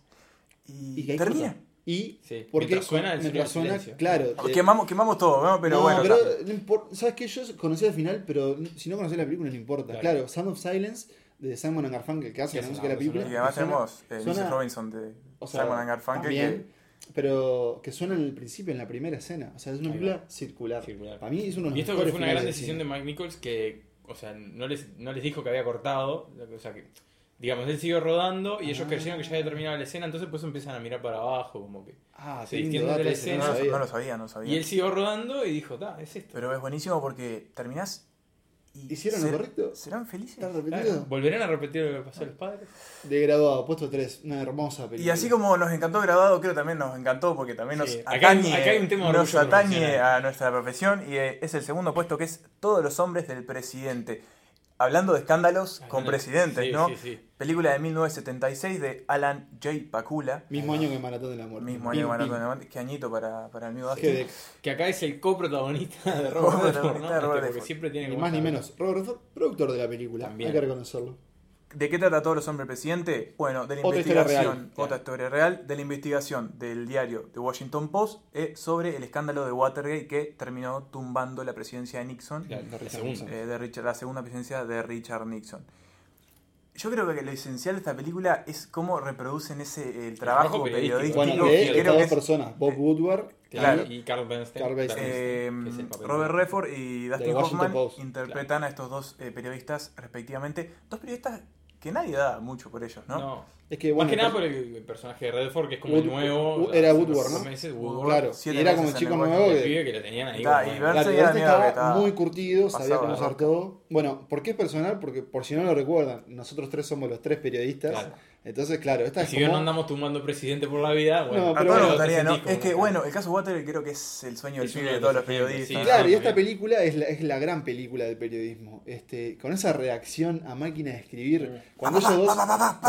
Speaker 2: ¿Y qué
Speaker 1: y,
Speaker 2: hay
Speaker 1: termina.
Speaker 2: cosas? Y
Speaker 3: Sí.
Speaker 2: porque
Speaker 3: Mientras suena el
Speaker 2: mientras
Speaker 3: sonido del
Speaker 2: suena,
Speaker 3: silencio.
Speaker 2: claro. eh,
Speaker 1: Quemamos, quemamos todo, ¿no? pero
Speaker 2: no,
Speaker 1: bueno.
Speaker 2: pero
Speaker 1: está.
Speaker 2: no impor- sabes que yo conocí el final, pero si no conocés la película no importa.
Speaker 3: Claro.
Speaker 2: Claro, Sound of Silence de Simon and Garfunkel que hace
Speaker 3: Que
Speaker 2: la
Speaker 3: es
Speaker 2: música de
Speaker 3: una-
Speaker 2: la película.
Speaker 1: Y además
Speaker 2: que suena-
Speaker 1: tenemos eh,
Speaker 2: suena-
Speaker 1: Mrs. Robinson de
Speaker 2: o sea,
Speaker 1: Simon and Garfunkel.
Speaker 2: también,
Speaker 1: que-
Speaker 2: pero que suena en el principio, en la primera escena. O sea, es una
Speaker 3: Ahí va.
Speaker 2: película circular.
Speaker 3: Circular.
Speaker 2: Para mí es uno de los
Speaker 3: Y esto
Speaker 2: mejores
Speaker 3: fue una gran
Speaker 2: finales del
Speaker 3: decisión de
Speaker 2: cine.
Speaker 3: Mike Nichols que, o sea, no les, no les dijo que había cortado, o sea, que Digamos, él siguió rodando y
Speaker 1: Ah.
Speaker 3: ellos creyeron que ya había terminado la escena, entonces pues empiezan a mirar para abajo, como que...
Speaker 2: Ah,
Speaker 3: Se
Speaker 2: qué lindo
Speaker 3: distinguen
Speaker 2: dato
Speaker 3: de la
Speaker 2: ese,
Speaker 3: escena.
Speaker 1: No,
Speaker 2: no lo sabía.
Speaker 1: no lo sabía, no lo sabía.
Speaker 3: Y él siguió rodando y dijo, ta, es esto.
Speaker 1: Pero es buenísimo porque terminás y.
Speaker 2: ¿Hicieron lo correcto?
Speaker 1: ¿Serán felices?
Speaker 2: ¿Está
Speaker 3: Claro,
Speaker 2: repetido?
Speaker 3: ¿Volverán a repetir lo que pasó a los padres?
Speaker 2: De graduado, puesto 3, una hermosa película.
Speaker 1: Y así como nos encantó grabado, creo que también nos encantó porque también nos
Speaker 3: Sí, acá hay-
Speaker 1: atañe,
Speaker 3: acá hay un tema de
Speaker 1: nos
Speaker 3: orgullo
Speaker 1: atañe
Speaker 3: profesional.
Speaker 1: a nuestra profesión y eh, es el segundo puesto que es Todos los hombres del presidente. Hablando de escándalos con presidentes,
Speaker 3: Ah, Sí,
Speaker 1: ¿no?
Speaker 3: Sí, sí.
Speaker 1: Película de 1976 de Alan J. Pakula.
Speaker 2: Mismo año que Maratón de la Muerte.
Speaker 1: Mismo año
Speaker 2: Pim,
Speaker 1: que Maratón
Speaker 2: pim.
Speaker 1: de la Muerte. Qué añito para, para el amigo Dustin.
Speaker 2: Que
Speaker 3: Que acá es el coprotagonista de Robert
Speaker 1: Coprotagonista
Speaker 3: Redford, ¿no?
Speaker 1: de Robert
Speaker 3: Este, Porque
Speaker 1: Redford.
Speaker 3: siempre tiene
Speaker 2: de-
Speaker 3: que
Speaker 2: Ni más ni
Speaker 3: mostrar-
Speaker 2: menos. Robert Redford, productor de la película.
Speaker 3: También.
Speaker 2: Hay que reconocerlo.
Speaker 1: ¿De qué trata todos los hombres presidente? Bueno, de la
Speaker 2: Otra historia
Speaker 1: investigación,
Speaker 2: real,
Speaker 1: otra historia real, de la investigación del diario The Washington Post eh, sobre el escándalo de Watergate que terminó tumbando la presidencia de Nixon,
Speaker 3: La, la
Speaker 2: Richard
Speaker 3: segunda.
Speaker 2: Nixon.
Speaker 1: eh, de Richard, la segunda presidencia de Richard Nixon. Yo creo que lo esencial de esta película es cómo reproducen ese el trabajo
Speaker 3: trabajo
Speaker 1: periodístico.
Speaker 3: periodístico.
Speaker 2: Bueno, eh,
Speaker 3: Digo,
Speaker 2: de
Speaker 3: creo
Speaker 2: estas
Speaker 1: que
Speaker 2: dos
Speaker 1: es-
Speaker 2: personas, Bob
Speaker 1: eh,
Speaker 2: Woodward
Speaker 3: Claro,
Speaker 2: y
Speaker 3: y Carl Bernstein.
Speaker 2: Carl Bernstein.
Speaker 1: Eh,
Speaker 3: que es el papel
Speaker 1: Robert
Speaker 3: de-
Speaker 1: Redford y Dustin
Speaker 2: Washington
Speaker 1: Hoffman
Speaker 2: Post,
Speaker 1: interpretan a estos dos eh, periodistas respectivamente. Dos periodistas que nadie da mucho por ellos, ¿no?
Speaker 3: No.
Speaker 2: es que bueno,
Speaker 3: Más que nada
Speaker 2: pues-
Speaker 3: por el, el personaje de Redford, que es como
Speaker 2: Wood-
Speaker 3: el nuevo.
Speaker 2: Wood-
Speaker 3: o sea,
Speaker 2: era
Speaker 3: hace
Speaker 2: Woodward,
Speaker 3: unos
Speaker 2: ¿no?
Speaker 3: meses,
Speaker 1: Woodward,
Speaker 2: claro,
Speaker 1: siete
Speaker 2: y era
Speaker 1: veces
Speaker 2: como
Speaker 1: en
Speaker 2: el chico
Speaker 1: el
Speaker 2: nuevo
Speaker 1: Washington
Speaker 3: El
Speaker 2: que-
Speaker 3: pibe que lo tenían ahí.
Speaker 1: Da,
Speaker 3: como-
Speaker 1: y
Speaker 2: La
Speaker 1: Bernsey
Speaker 2: periodista
Speaker 1: era medio que
Speaker 2: estaba
Speaker 1: estaba
Speaker 2: muy curtido, sabía
Speaker 1: pasado
Speaker 2: cómo
Speaker 1: de
Speaker 2: usar
Speaker 1: roca.
Speaker 2: todo. Bueno, ¿por qué es personal? Porque por si no lo recuerdan, nosotros tres somos los tres periodistas.
Speaker 3: Claro.
Speaker 2: Entonces, claro, esta
Speaker 3: Y
Speaker 2: es
Speaker 3: si bien no
Speaker 2: como-
Speaker 3: andamos tumbando presidente por la vida, bueno.
Speaker 2: No,
Speaker 1: A todos
Speaker 2: pero bueno,
Speaker 1: nos
Speaker 3: te
Speaker 1: gustaría, ¿no?
Speaker 3: sentís como
Speaker 1: Es que,
Speaker 3: una-
Speaker 1: bueno, el caso Water creo que es el sueño del
Speaker 3: Es uno
Speaker 1: pibe
Speaker 3: de
Speaker 1: de todos los
Speaker 3: los ejemplos,
Speaker 1: periodistas.
Speaker 3: sí.
Speaker 1: ¿no?
Speaker 2: Claro, y
Speaker 3: muy
Speaker 2: esta
Speaker 3: bien.
Speaker 2: película es la, es la gran película del periodismo. Este, con esa reacción a máquina de escribir.
Speaker 3: Mm.
Speaker 2: Cuando ellos dos,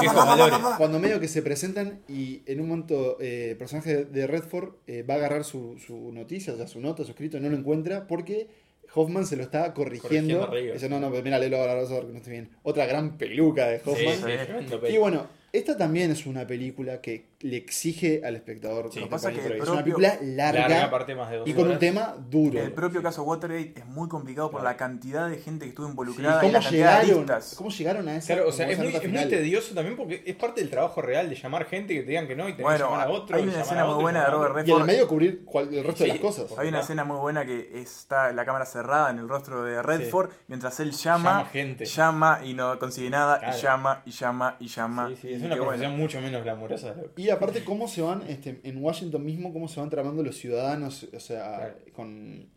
Speaker 3: Viejos valores.
Speaker 2: cuando medio que se presentan y en un momento eh, el personaje de Redford eh, va a agarrar su, su noticia, o sea, su nota, su escrito, y no lo encuentra porque Hoffman se lo está corrigiendo.
Speaker 3: Corrigiendo arriba.
Speaker 2: Dice, no, no, pero mira, léelo ahora, vas a ver que no estoy bien. Otra gran peluca de
Speaker 3: Sí,
Speaker 2: Hoffman.
Speaker 3: sí, tremendo
Speaker 2: Y
Speaker 3: peli.
Speaker 2: bueno, esta también es una película que le exige al espectador.
Speaker 3: Sí,
Speaker 2: que
Speaker 3: lo
Speaker 2: te
Speaker 1: pasa
Speaker 2: acompañe
Speaker 1: que el
Speaker 2: otra vez. Es una
Speaker 1: propio-
Speaker 2: película larga,
Speaker 3: larga, parte más de dos
Speaker 2: y con un
Speaker 3: horas.
Speaker 2: tema duro.
Speaker 1: El propio caso Watergate es muy complicado por
Speaker 3: Claro.
Speaker 1: la cantidad de gente que estuvo
Speaker 2: Sí,
Speaker 1: involucrada y
Speaker 2: ¿cómo,
Speaker 1: la cantidad de
Speaker 2: llegaron,
Speaker 1: aristas.
Speaker 2: ¿Cómo llegaron a esa
Speaker 3: Claro, o sea,
Speaker 2: como
Speaker 3: es
Speaker 2: esa
Speaker 3: muy,
Speaker 2: nota
Speaker 3: es muy
Speaker 2: final?
Speaker 3: tedioso también porque es parte del trabajo real de llamar gente que te digan que no y tener que
Speaker 1: Bueno,
Speaker 3: llamar a otro.
Speaker 1: hay
Speaker 3: y
Speaker 1: una
Speaker 3: llamar
Speaker 1: escena
Speaker 3: a
Speaker 1: muy
Speaker 3: otro, y
Speaker 1: buena de
Speaker 3: llamar a
Speaker 1: Robert
Speaker 2: Y
Speaker 3: otro.
Speaker 2: en el
Speaker 1: Redford.
Speaker 2: medio cubrir cual- el resto de
Speaker 3: Sí.
Speaker 2: las cosas.
Speaker 1: Hay una escena muy buena que está la cámara cerrada en el rostro de Redford mientras él
Speaker 3: Llama
Speaker 1: llama,
Speaker 3: gente.
Speaker 1: llama y no consigue nada,
Speaker 3: Claro.
Speaker 1: y llama y llama y llama.
Speaker 3: Sí, sí, es
Speaker 1: y
Speaker 3: una
Speaker 1: que bueno,
Speaker 3: profesión mucho menos glamurosa. de lo que-
Speaker 2: Y aparte, cómo se van, este, en Washington mismo, cómo se van tramando los ciudadanos, o sea,
Speaker 3: Claro.
Speaker 2: con,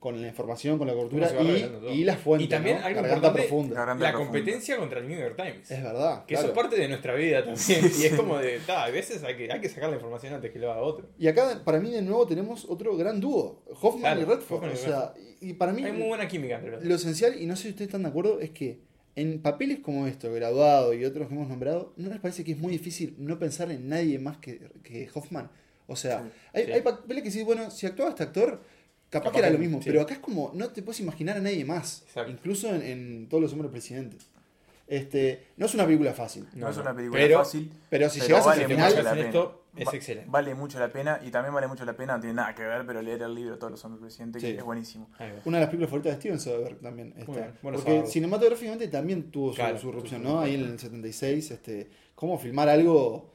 Speaker 2: con la información, con la
Speaker 3: Cómo
Speaker 2: cobertura
Speaker 3: se va revelando todo.
Speaker 2: y, y las fuentes.
Speaker 3: Y también
Speaker 2: ¿no?
Speaker 3: algo
Speaker 2: Garganta
Speaker 3: importante-
Speaker 2: profunda.
Speaker 1: Garganta
Speaker 3: La
Speaker 1: profunda.
Speaker 3: competencia contra el New York Times.
Speaker 2: Es verdad.
Speaker 3: Que
Speaker 2: claro.
Speaker 3: eso es parte de nuestra vida
Speaker 2: *laughs*
Speaker 3: también.
Speaker 1: Sí,
Speaker 3: y es
Speaker 1: sí.
Speaker 3: como de, ta, a veces hay que, hay que sacar la información antes que lo haga otro.
Speaker 2: Y acá, para mí, de nuevo, tenemos otro gran dúo: Hoffman
Speaker 3: Claro,
Speaker 2: y Redford.
Speaker 3: Hoffman y
Speaker 2: o sea, y, y para mí,
Speaker 3: Hay muy buena química entre los dos.
Speaker 2: lo esencial, y no sé si ustedes están de acuerdo, es que en papeles como esto, graduado y otros que hemos nombrado, ¿no les parece que es muy difícil no pensar en nadie más que, que Hoffman? O sea,
Speaker 1: Sí,
Speaker 2: hay,
Speaker 3: sí.
Speaker 2: hay papeles que sí, bueno, si actuaba este actor, capaz,
Speaker 3: Capaz
Speaker 2: que era
Speaker 3: que-
Speaker 2: lo mismo,
Speaker 3: sí.
Speaker 2: pero acá es como, no te puedes imaginar a nadie más,
Speaker 3: Exacto.
Speaker 2: incluso en, en todos los hombres presidentes. Este, no es una película fácil,
Speaker 1: no es
Speaker 3: no,
Speaker 1: una película
Speaker 3: pero-
Speaker 1: fácil.
Speaker 2: pero si
Speaker 1: Pero
Speaker 2: llegas
Speaker 1: vale
Speaker 2: al
Speaker 3: que
Speaker 1: mucho
Speaker 2: final,
Speaker 1: la
Speaker 3: hacer
Speaker 1: pena.
Speaker 3: esto es
Speaker 1: Va-
Speaker 3: excelente.
Speaker 1: Vale mucho la pena y también vale mucho la pena, no tiene nada que ver, pero leer el libro Todos los hombres presidentes
Speaker 2: Sí.
Speaker 1: que es buenísimo.
Speaker 3: Ahí va.
Speaker 2: una de las películas favoritas de Steven Soderbergh también. esta.
Speaker 3: bien, bueno
Speaker 2: Porque
Speaker 3: saberlo.
Speaker 2: cinematográficamente también tuvo su,
Speaker 3: Claro,
Speaker 2: su erupción,
Speaker 3: tuvo su-
Speaker 2: ¿no? Ahí en el 76, este, cómo filmar algo...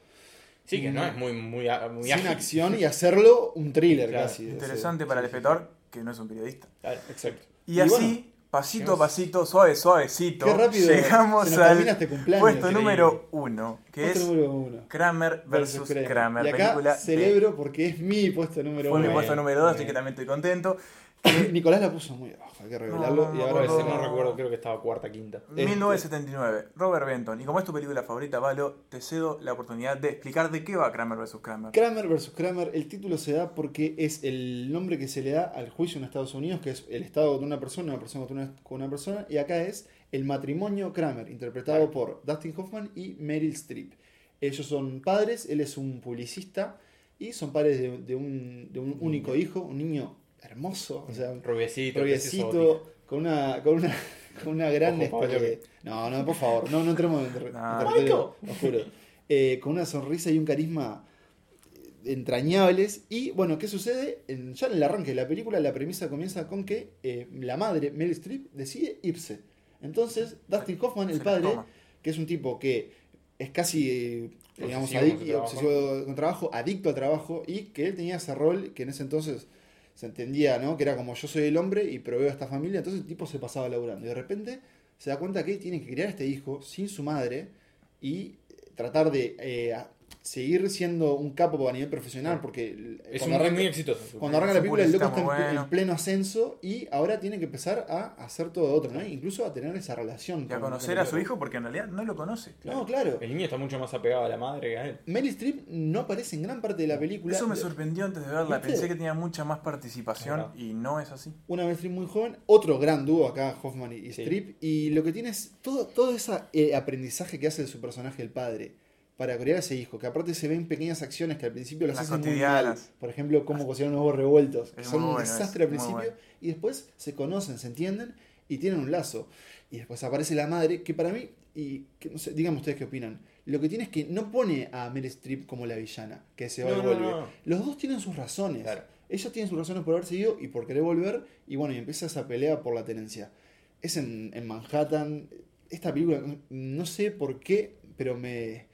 Speaker 3: Sí, que no es muy, muy, muy
Speaker 2: sin
Speaker 3: ágil.
Speaker 2: acción y hacerlo un thriller
Speaker 3: Claro.
Speaker 2: casi.
Speaker 1: Interesante para el espectador que no es un periodista.
Speaker 3: Claro, exacto.
Speaker 1: Y,
Speaker 2: Y
Speaker 1: así,
Speaker 2: bueno,
Speaker 1: pasito a
Speaker 3: llegamos-
Speaker 1: pasito, suave, suavecito,
Speaker 2: Qué rápido
Speaker 1: llegamos
Speaker 2: se nos termina
Speaker 1: al
Speaker 2: este cumpleaños.
Speaker 1: puesto
Speaker 2: Increíble.
Speaker 1: número uno, que
Speaker 2: Puesto
Speaker 1: es
Speaker 2: número uno.
Speaker 1: Kramer versus Kramer,
Speaker 2: Y acá
Speaker 1: película de-
Speaker 2: celebro porque es mi puesto número
Speaker 1: fue mi
Speaker 2: uno.
Speaker 1: puesto
Speaker 3: bien,
Speaker 1: número dos,
Speaker 3: muy
Speaker 1: así que
Speaker 3: bien.
Speaker 1: también estoy contento.
Speaker 2: Nicolás la puso muy abajo, hay que revelarlo.
Speaker 1: No,
Speaker 2: y ahora
Speaker 3: Puede
Speaker 1: no,
Speaker 3: ser,
Speaker 2: es-
Speaker 3: no recuerdo, creo que estaba cuarta, quinta.
Speaker 2: Este.
Speaker 1: 1979, Robert Benton. Y como es tu película favorita, Valo, te cedo la oportunidad de explicar de qué va Kramer versus Kramer.
Speaker 2: Kramer versus Kramer, el título se da porque es el nombre que se le da al juicio en Estados Unidos, que es el estado de una persona, una persona contra una, con una persona, y acá es el matrimonio Kramer, interpretado por Dustin Hoffman y Meryl Streep. Ellos son padres, él es un publicista, y son padres de, de un, de un único hijo, un niño hermoso, o sea, un
Speaker 3: Rubiecito. precioso,
Speaker 2: rubiecito, con una, con una, *laughs* con una gran...
Speaker 3: Ojo, Pablo, Ah.
Speaker 2: este, No, no, por favor, no, no entremos en, ter- en
Speaker 1: No.
Speaker 2: territorio oscuro. Eh, con una sonrisa y un carisma entrañables. Y bueno, ¿qué sucede? En- ya en el arranque de la película, la premisa comienza con que eh, la madre, Meryl Streep, decide irse. Entonces, Dustin Hoffman,
Speaker 1: Se
Speaker 2: el
Speaker 1: la
Speaker 2: padre,
Speaker 1: toma.
Speaker 2: que es un tipo que es casi, eh, digamos,
Speaker 3: Obsesivo con su
Speaker 2: adic-
Speaker 3: trabajo.
Speaker 2: obsesivo con trabajo, adicto a trabajo, y que él tenía ese rol que en ese entonces se entendía, ¿no? Que era como yo soy el hombre y proveo a esta familia, entonces el tipo se pasaba laburando. Y de repente se da cuenta que tiene que criar a este hijo sin su madre, y tratar de eh, a- seguir siendo un capo a nivel profesional, porque el-
Speaker 3: Es
Speaker 2: cuando
Speaker 3: un muy,
Speaker 2: arranca,
Speaker 3: muy exitoso. ¿eh?
Speaker 2: cuando arranca la
Speaker 1: Ese
Speaker 2: película el loco está en,
Speaker 1: publicista muy
Speaker 2: en
Speaker 1: bueno.
Speaker 2: pleno ascenso y ahora tiene que empezar a hacer todo otro, ¿no? Incluso a tener esa relación.
Speaker 1: Y a
Speaker 2: con-
Speaker 1: conocer
Speaker 2: con
Speaker 1: a
Speaker 2: el
Speaker 1: su
Speaker 2: otro.
Speaker 1: hijo porque en realidad no lo conoce.
Speaker 2: No, claro.
Speaker 3: El niño está mucho más apegado a la madre que a él.
Speaker 2: Meryl Streep no aparece en gran parte de la película.
Speaker 1: Eso me
Speaker 2: De-
Speaker 1: sorprendió antes de verla.
Speaker 2: ¿Viste?
Speaker 1: Pensé que tenía mucha más participación
Speaker 3: Ajá.
Speaker 1: y no es así.
Speaker 2: Una Meryl Streep muy joven, otro gran dúo acá, Hoffman y, y
Speaker 3: Sí.
Speaker 2: Streep. Y lo que tiene es todo, todo ese eh, aprendizaje que hace de su personaje el padre para crear ese hijo, que aparte se ven pequeñas acciones que al principio las,
Speaker 1: Las
Speaker 2: hacen muy mal.
Speaker 1: cotidianas.
Speaker 2: Por ejemplo, cómo cocinar unos huevos revueltos.
Speaker 1: Es
Speaker 2: Son
Speaker 1: muy
Speaker 2: un
Speaker 1: bueno,
Speaker 2: desastre al
Speaker 1: es muy
Speaker 2: principio
Speaker 1: bueno.
Speaker 2: y después se conocen, se entienden y tienen un lazo. Y después aparece la madre, que para mí, y que, no sé, digan ustedes qué opinan, lo que tiene es que no pone a Meryl Streep como la villana, que se va
Speaker 3: No,
Speaker 2: y
Speaker 3: no,
Speaker 2: vuelve.
Speaker 3: no.
Speaker 2: Los dos tienen sus razones.
Speaker 3: Claro.
Speaker 2: Ella tiene sus razones por haberse ido y por querer volver, y bueno, y empieza esa pelea por la tenencia. Es en, en Manhattan. Esta película, no sé por qué, pero me,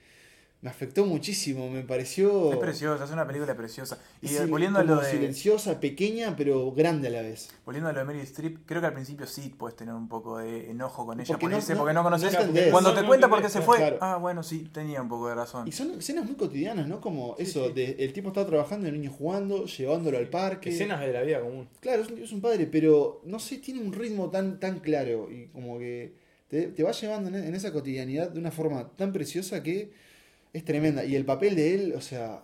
Speaker 2: me afectó muchísimo. Me pareció.
Speaker 1: Es preciosa, es una película preciosa. Y
Speaker 2: Oh. Sí,
Speaker 1: volviendo, a
Speaker 2: como
Speaker 1: lo de,
Speaker 2: silenciosa, pequeña, pero grande a la vez.
Speaker 1: volviendo a lo de Meryl Streep, creo que al principio sí puedes tener un poco de enojo con ella
Speaker 2: Porque
Speaker 1: porque,
Speaker 2: no-
Speaker 1: dice,
Speaker 2: no-
Speaker 1: porque no conoces.
Speaker 2: no entendés.
Speaker 1: Cuando
Speaker 3: No,
Speaker 1: te
Speaker 3: no
Speaker 1: cuenta por qué
Speaker 3: entendés,
Speaker 1: se
Speaker 2: claro,
Speaker 1: fue,
Speaker 2: claro.
Speaker 1: ah, bueno, sí, tenía un poco de razón.
Speaker 2: Y son escenas muy cotidianas, ¿no? Como
Speaker 3: Sí,
Speaker 2: eso,
Speaker 3: sí.
Speaker 2: de el tipo está trabajando, el niño jugando, llevándolo al parque.
Speaker 3: Escenas de la vida común.
Speaker 2: Claro, es un, es un padre, pero no sé, tiene un ritmo tan, tan claro y como que te, te va llevando en, en esa cotidianidad de una forma tan preciosa que es tremenda. Y el papel de él, o sea,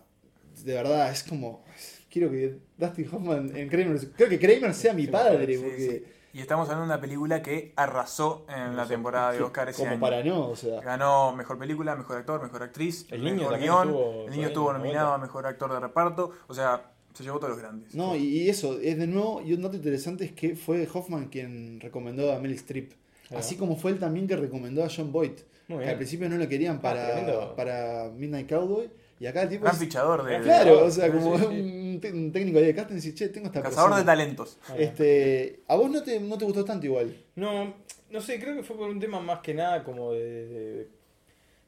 Speaker 2: de verdad, es como. Quiero que Dustin Hoffman en Kramer. Creo que Kramer sea mi padre,
Speaker 1: Sí,
Speaker 2: porque.
Speaker 1: sí. Y estamos hablando de una película que arrasó en la temporada de Oscar ese
Speaker 2: Como
Speaker 1: año.
Speaker 2: para no, o sea.
Speaker 1: Ganó mejor película, mejor actor, mejor actriz,
Speaker 3: El niño
Speaker 1: mejor
Speaker 3: también
Speaker 1: guión.
Speaker 3: estuvo
Speaker 1: el
Speaker 3: por ahí
Speaker 1: niño estuvo
Speaker 3: en la
Speaker 1: nominado a
Speaker 3: vuelta.
Speaker 1: mejor actor de reparto. O sea, se llevó todos los grandes.
Speaker 2: No, y, y eso, es de nuevo, y un dato interesante es que fue Hoffman quien recomendó a Mel Strip.
Speaker 3: Ahí va.
Speaker 2: Así como fue él también que recomendó a John Boyd.
Speaker 3: Ah. Muy
Speaker 2: Que al
Speaker 3: bien. Ah,
Speaker 2: principio no lo querían para,
Speaker 3: tremendo.
Speaker 2: para Midnight Cowboy. Y acá el tipo.
Speaker 1: Gran
Speaker 2: es-
Speaker 1: fichador Ah, de.
Speaker 2: claro, o sea,
Speaker 3: Sí,
Speaker 2: como
Speaker 3: sí, sí.
Speaker 2: Un, te- un técnico ahí de casting dice, che, tengo esta
Speaker 1: Cazador de
Speaker 2: persona".
Speaker 1: talentos.
Speaker 3: Ah,
Speaker 2: Este, a vos no te, no te gustó tanto igual.
Speaker 3: No, no sé, creo que fue por un tema más que nada como de... de-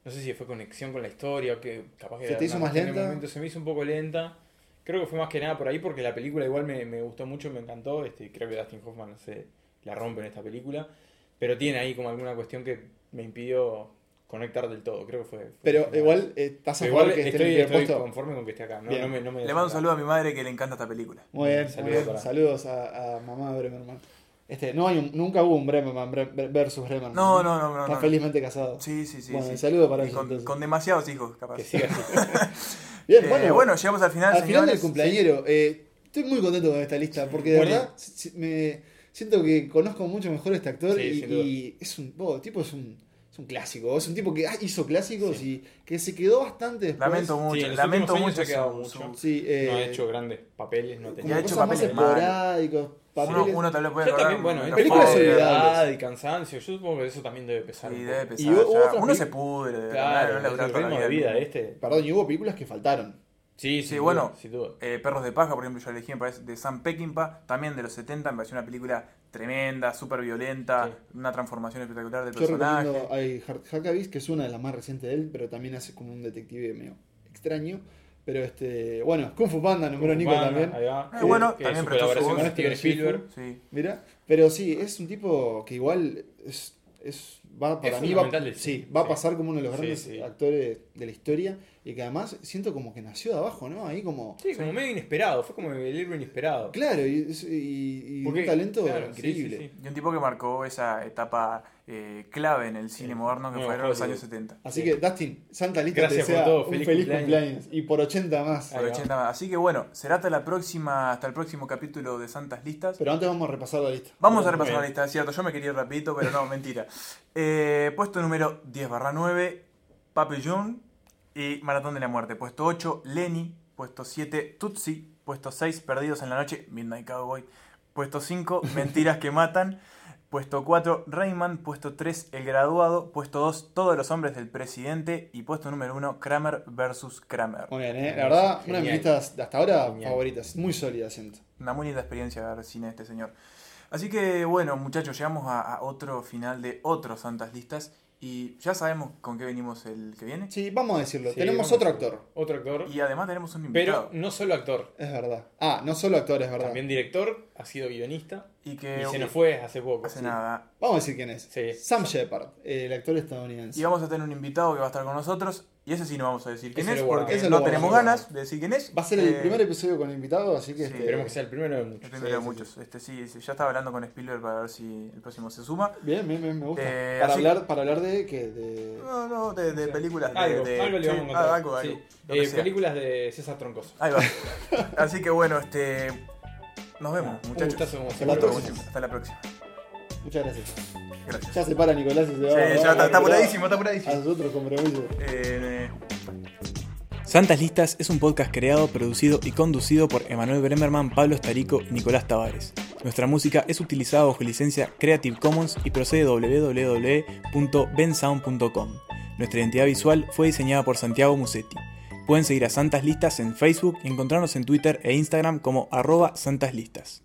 Speaker 3: no sé si fue conexión con la historia o que capaz que...
Speaker 2: ¿Se te
Speaker 3: era
Speaker 2: hizo
Speaker 3: una
Speaker 2: más
Speaker 3: cuestión de
Speaker 2: lenta?
Speaker 3: momento, se me hizo un poco lenta. Creo que fue más que nada por ahí porque la película igual me, me gustó mucho, me encantó. Este, creo que Dustin Hoffman, no sé, la rompe en esta película. Pero tiene ahí como alguna cuestión que me impidió conectar del todo, creo que fue... fue
Speaker 2: Pero
Speaker 3: más que nada.
Speaker 2: igual eh, estás a
Speaker 3: Pero
Speaker 2: favor
Speaker 3: igual
Speaker 2: que esté en
Speaker 3: estoy,
Speaker 2: el primer
Speaker 3: estoy
Speaker 2: puesto.
Speaker 3: conforme con que esté acá. No,
Speaker 2: Bien.
Speaker 3: no me, no me
Speaker 1: Le mando un saludo a mi madre que le encanta esta película.
Speaker 2: Muy bien,
Speaker 3: Saludos
Speaker 2: muy bien.
Speaker 3: para-
Speaker 2: saludos a, a mamá de Bremerman. Este, no hay un- nunca hubo un Bremerman bre- versus Bremerman.
Speaker 1: No, no, no, no.
Speaker 2: Está
Speaker 1: no.
Speaker 2: felizmente casado.
Speaker 1: Sí, sí, sí.
Speaker 2: Bueno,
Speaker 1: sí.
Speaker 2: y saludo para
Speaker 1: Y
Speaker 2: ellos,
Speaker 1: con,
Speaker 2: entonces.
Speaker 1: con demasiados hijos, capaz.
Speaker 3: Que siga así.
Speaker 1: *laughs*
Speaker 2: Bien,
Speaker 1: Eh,
Speaker 2: bueno,
Speaker 1: bueno, llegamos al final,
Speaker 2: al final del
Speaker 1: señores.
Speaker 2: cumpleañero. eh, estoy muy contento con esta lista porque de
Speaker 3: Bueno.
Speaker 2: verdad si- si- me siento que conozco mucho mejor a este actor
Speaker 3: Sí,
Speaker 2: y,
Speaker 3: sin duda.
Speaker 2: y es un oh, tipo es un, es un clásico, es un tipo que ah, hizo clásicos y que se quedó bastante después.
Speaker 1: Lamento mucho,
Speaker 3: en los
Speaker 1: lamento
Speaker 3: últimos años
Speaker 1: mucho
Speaker 3: se ha quedado
Speaker 1: su-
Speaker 3: mucho.
Speaker 2: Sí, eh,
Speaker 3: No ha hecho grandes papeles, no ha
Speaker 2: como
Speaker 1: Y ha
Speaker 3: tenido...
Speaker 1: hecho
Speaker 2: cosas más
Speaker 1: papeles malos.
Speaker 2: esporádicos,
Speaker 1: Uno,
Speaker 2: papeles
Speaker 1: uno tal vez puede
Speaker 3: Yo
Speaker 1: acordar
Speaker 3: también, bueno,
Speaker 1: de
Speaker 3: en este
Speaker 1: los
Speaker 2: películas
Speaker 3: películas de
Speaker 1: pobres.
Speaker 2: olvidables.
Speaker 3: edad y cansancio, yo supongo que eso también debe pesar.
Speaker 1: Y
Speaker 3: un
Speaker 1: debe
Speaker 3: poco.
Speaker 1: pesar.
Speaker 2: Y hubo
Speaker 1: o sea,
Speaker 2: otras
Speaker 1: uno
Speaker 2: peli-
Speaker 1: se pudre, de
Speaker 3: Claro,
Speaker 1: verdad, no le dura
Speaker 3: el
Speaker 1: toda la
Speaker 3: ritmo de vida este.
Speaker 2: Perdón, y hubo películas que faltaron.
Speaker 3: Sí,
Speaker 1: Sí,
Speaker 3: sin duda,
Speaker 1: bueno.
Speaker 3: sin duda.
Speaker 1: Eh, Perros de Paja, por ejemplo, yo elegí, me parece, de Sam Peckinpah, también de los 70, me pareció una película tremenda, súper violenta,
Speaker 3: Sí.
Speaker 1: una transformación espectacular del
Speaker 2: Yo
Speaker 1: personaje.
Speaker 2: recomiendo hay Hard Hackabis, que es una de las más recientes de él, pero también hace como un detective medio extraño. Pero este, bueno, Kung Fu Panda nombró Nico
Speaker 3: Cubana,
Speaker 2: también.
Speaker 3: ahí va.
Speaker 1: Ah, bueno,
Speaker 3: Que
Speaker 1: también
Speaker 3: su
Speaker 1: prestó su
Speaker 3: colaboración
Speaker 1: voz.
Speaker 3: con Steven Spielberg.
Speaker 1: Sí.
Speaker 2: Mira, pero sí, es un tipo que igual es, es- va para
Speaker 3: Es
Speaker 2: mí va,
Speaker 3: fundamental,
Speaker 2: sí,
Speaker 3: sí.
Speaker 2: va a
Speaker 3: Sí.
Speaker 2: pasar como uno de los
Speaker 3: Sí,
Speaker 2: grandes
Speaker 3: sí.
Speaker 2: actores de la historia y que además siento como que nació de abajo, ¿no? Ahí como
Speaker 3: Sí, como medio inesperado, fue como el libro inesperado.
Speaker 2: claro y, es- y- y
Speaker 3: Porque-
Speaker 2: un talento
Speaker 3: claro, sí, sí,
Speaker 2: increíble.
Speaker 3: sí.
Speaker 1: Y un tipo que marcó esa etapa eh, clave en el cine
Speaker 3: Sí.
Speaker 1: moderno que
Speaker 3: No,
Speaker 1: fueron los
Speaker 3: Hollywood.
Speaker 1: años 70.
Speaker 2: Así
Speaker 3: Sí.
Speaker 2: que Dustin, Santa Lista
Speaker 3: Gracias
Speaker 2: te
Speaker 3: por
Speaker 2: desea
Speaker 3: todo,
Speaker 2: un feliz,
Speaker 3: feliz
Speaker 2: cumpleaños.
Speaker 3: cumpleaños.
Speaker 2: y por 80 más.
Speaker 3: Ahí
Speaker 1: Por
Speaker 3: va.
Speaker 1: 80 más. Así que bueno, será hasta la próxima, hasta el próximo capítulo de Santas Listas.
Speaker 2: Pero antes vamos a repasar la lista.
Speaker 1: Vamos a
Speaker 3: Muy
Speaker 1: repasar
Speaker 3: bien.
Speaker 1: la lista, es cierto. Yo me quería ir rapidito, pero no, mentira. Eh, puesto número 10 barra 9, Papillon y Maratón de la Muerte. Puesto 8, Lenny. Puesto 7, Tutsi. Puesto 6, Perdidos en la Noche, Midnight Cowboy. Puesto
Speaker 3: *laughs*
Speaker 1: 5, Mentiras que Matan. Puesto 4, Rayman. Puesto 3, El Graduado. Puesto 2, Todos los Hombres del Presidente. Y puesto número 1, Kramer versus Kramer.
Speaker 2: Muy bien, ¿eh? la verdad, una de mis
Speaker 3: Genial.
Speaker 2: listas de hasta ahora
Speaker 3: Genial.
Speaker 2: favoritas, muy sólida siento.
Speaker 1: Una muy linda experiencia ver cine de este señor. Así que bueno, muchachos, llegamos a, a otro final de otro Santas Listas y ya sabemos con qué venimos el que viene.
Speaker 2: Sí, vamos a decirlo,
Speaker 3: Sí,
Speaker 2: tenemos
Speaker 3: vamos
Speaker 2: otro
Speaker 3: a-
Speaker 2: actor,
Speaker 3: Otro actor.
Speaker 1: Y además tenemos un invitado.
Speaker 3: Pero no solo actor,
Speaker 2: es verdad. Ah, no solo actor, es verdad.
Speaker 3: también director, ha sido guionista.
Speaker 1: Y que
Speaker 3: Y se nos fue hace poco.
Speaker 1: Eh, hace
Speaker 3: sí.
Speaker 1: nada.
Speaker 2: Vamos a decir quién es.
Speaker 3: Sí.
Speaker 2: Sam Shepard, el actor estadounidense.
Speaker 1: Y vamos a tener un invitado que va a estar con nosotros. Y ese sí no vamos a decir quién
Speaker 3: Ese
Speaker 1: es,
Speaker 3: lo guardamos.
Speaker 1: porque
Speaker 2: Ese lo
Speaker 1: no tenemos
Speaker 2: guardamos, lo guardamos.
Speaker 1: ganas de decir quién es.
Speaker 2: Va a ser el
Speaker 1: Eh,
Speaker 2: primer episodio con invitado, así que...
Speaker 1: sí,
Speaker 2: este,
Speaker 3: Esperemos que sea el primero de
Speaker 1: el
Speaker 3: muchos.
Speaker 1: primero de
Speaker 2: Sí, sí,
Speaker 1: muchos. Este sí, sí, ya estaba hablando con Spielberg para ver si el próximo se suma.
Speaker 2: Bien, bien, bien, me gusta.
Speaker 1: Eh,
Speaker 2: para,
Speaker 1: así-
Speaker 2: hablar, para hablar de... que de...
Speaker 1: No, no, de, de películas. de-
Speaker 3: Algo,
Speaker 1: de-
Speaker 3: algo le
Speaker 1: sí,
Speaker 3: vamos a encontrar.
Speaker 1: ah, algo, algo,
Speaker 3: Sí.
Speaker 1: lo que
Speaker 3: Eh,
Speaker 1: sea.
Speaker 3: películas de César Troncoso.
Speaker 1: Ahí va. Así que bueno, este. Nos vemos,
Speaker 3: Un
Speaker 1: muchachos.
Speaker 3: gustazo, como
Speaker 2: Hasta la
Speaker 3: siempre.
Speaker 2: próxima.
Speaker 1: Hasta la próxima.
Speaker 2: Muchas gracias.
Speaker 1: Gracias.
Speaker 2: Ya se para Nicolás y se va.
Speaker 1: Sí,
Speaker 2: va,
Speaker 1: ya
Speaker 2: va,
Speaker 1: está, está
Speaker 2: va,
Speaker 1: apuradísimo, está apuradísimo.
Speaker 2: A nosotros compromiso.
Speaker 1: Eh,
Speaker 5: Santas Listas es un podcast creado, producido y conducido por Emanuel Bremerman, Pablo Starico y Nicolás Tavares. Nuestra música es utilizada bajo licencia Creative Commons y procede de www.bensound.com. Nuestra identidad visual fue diseñada por Santiago Musetti. Pueden seguir a Santas Listas en Facebook y encontrarnos en Twitter e Instagram como arroba Santas Listas.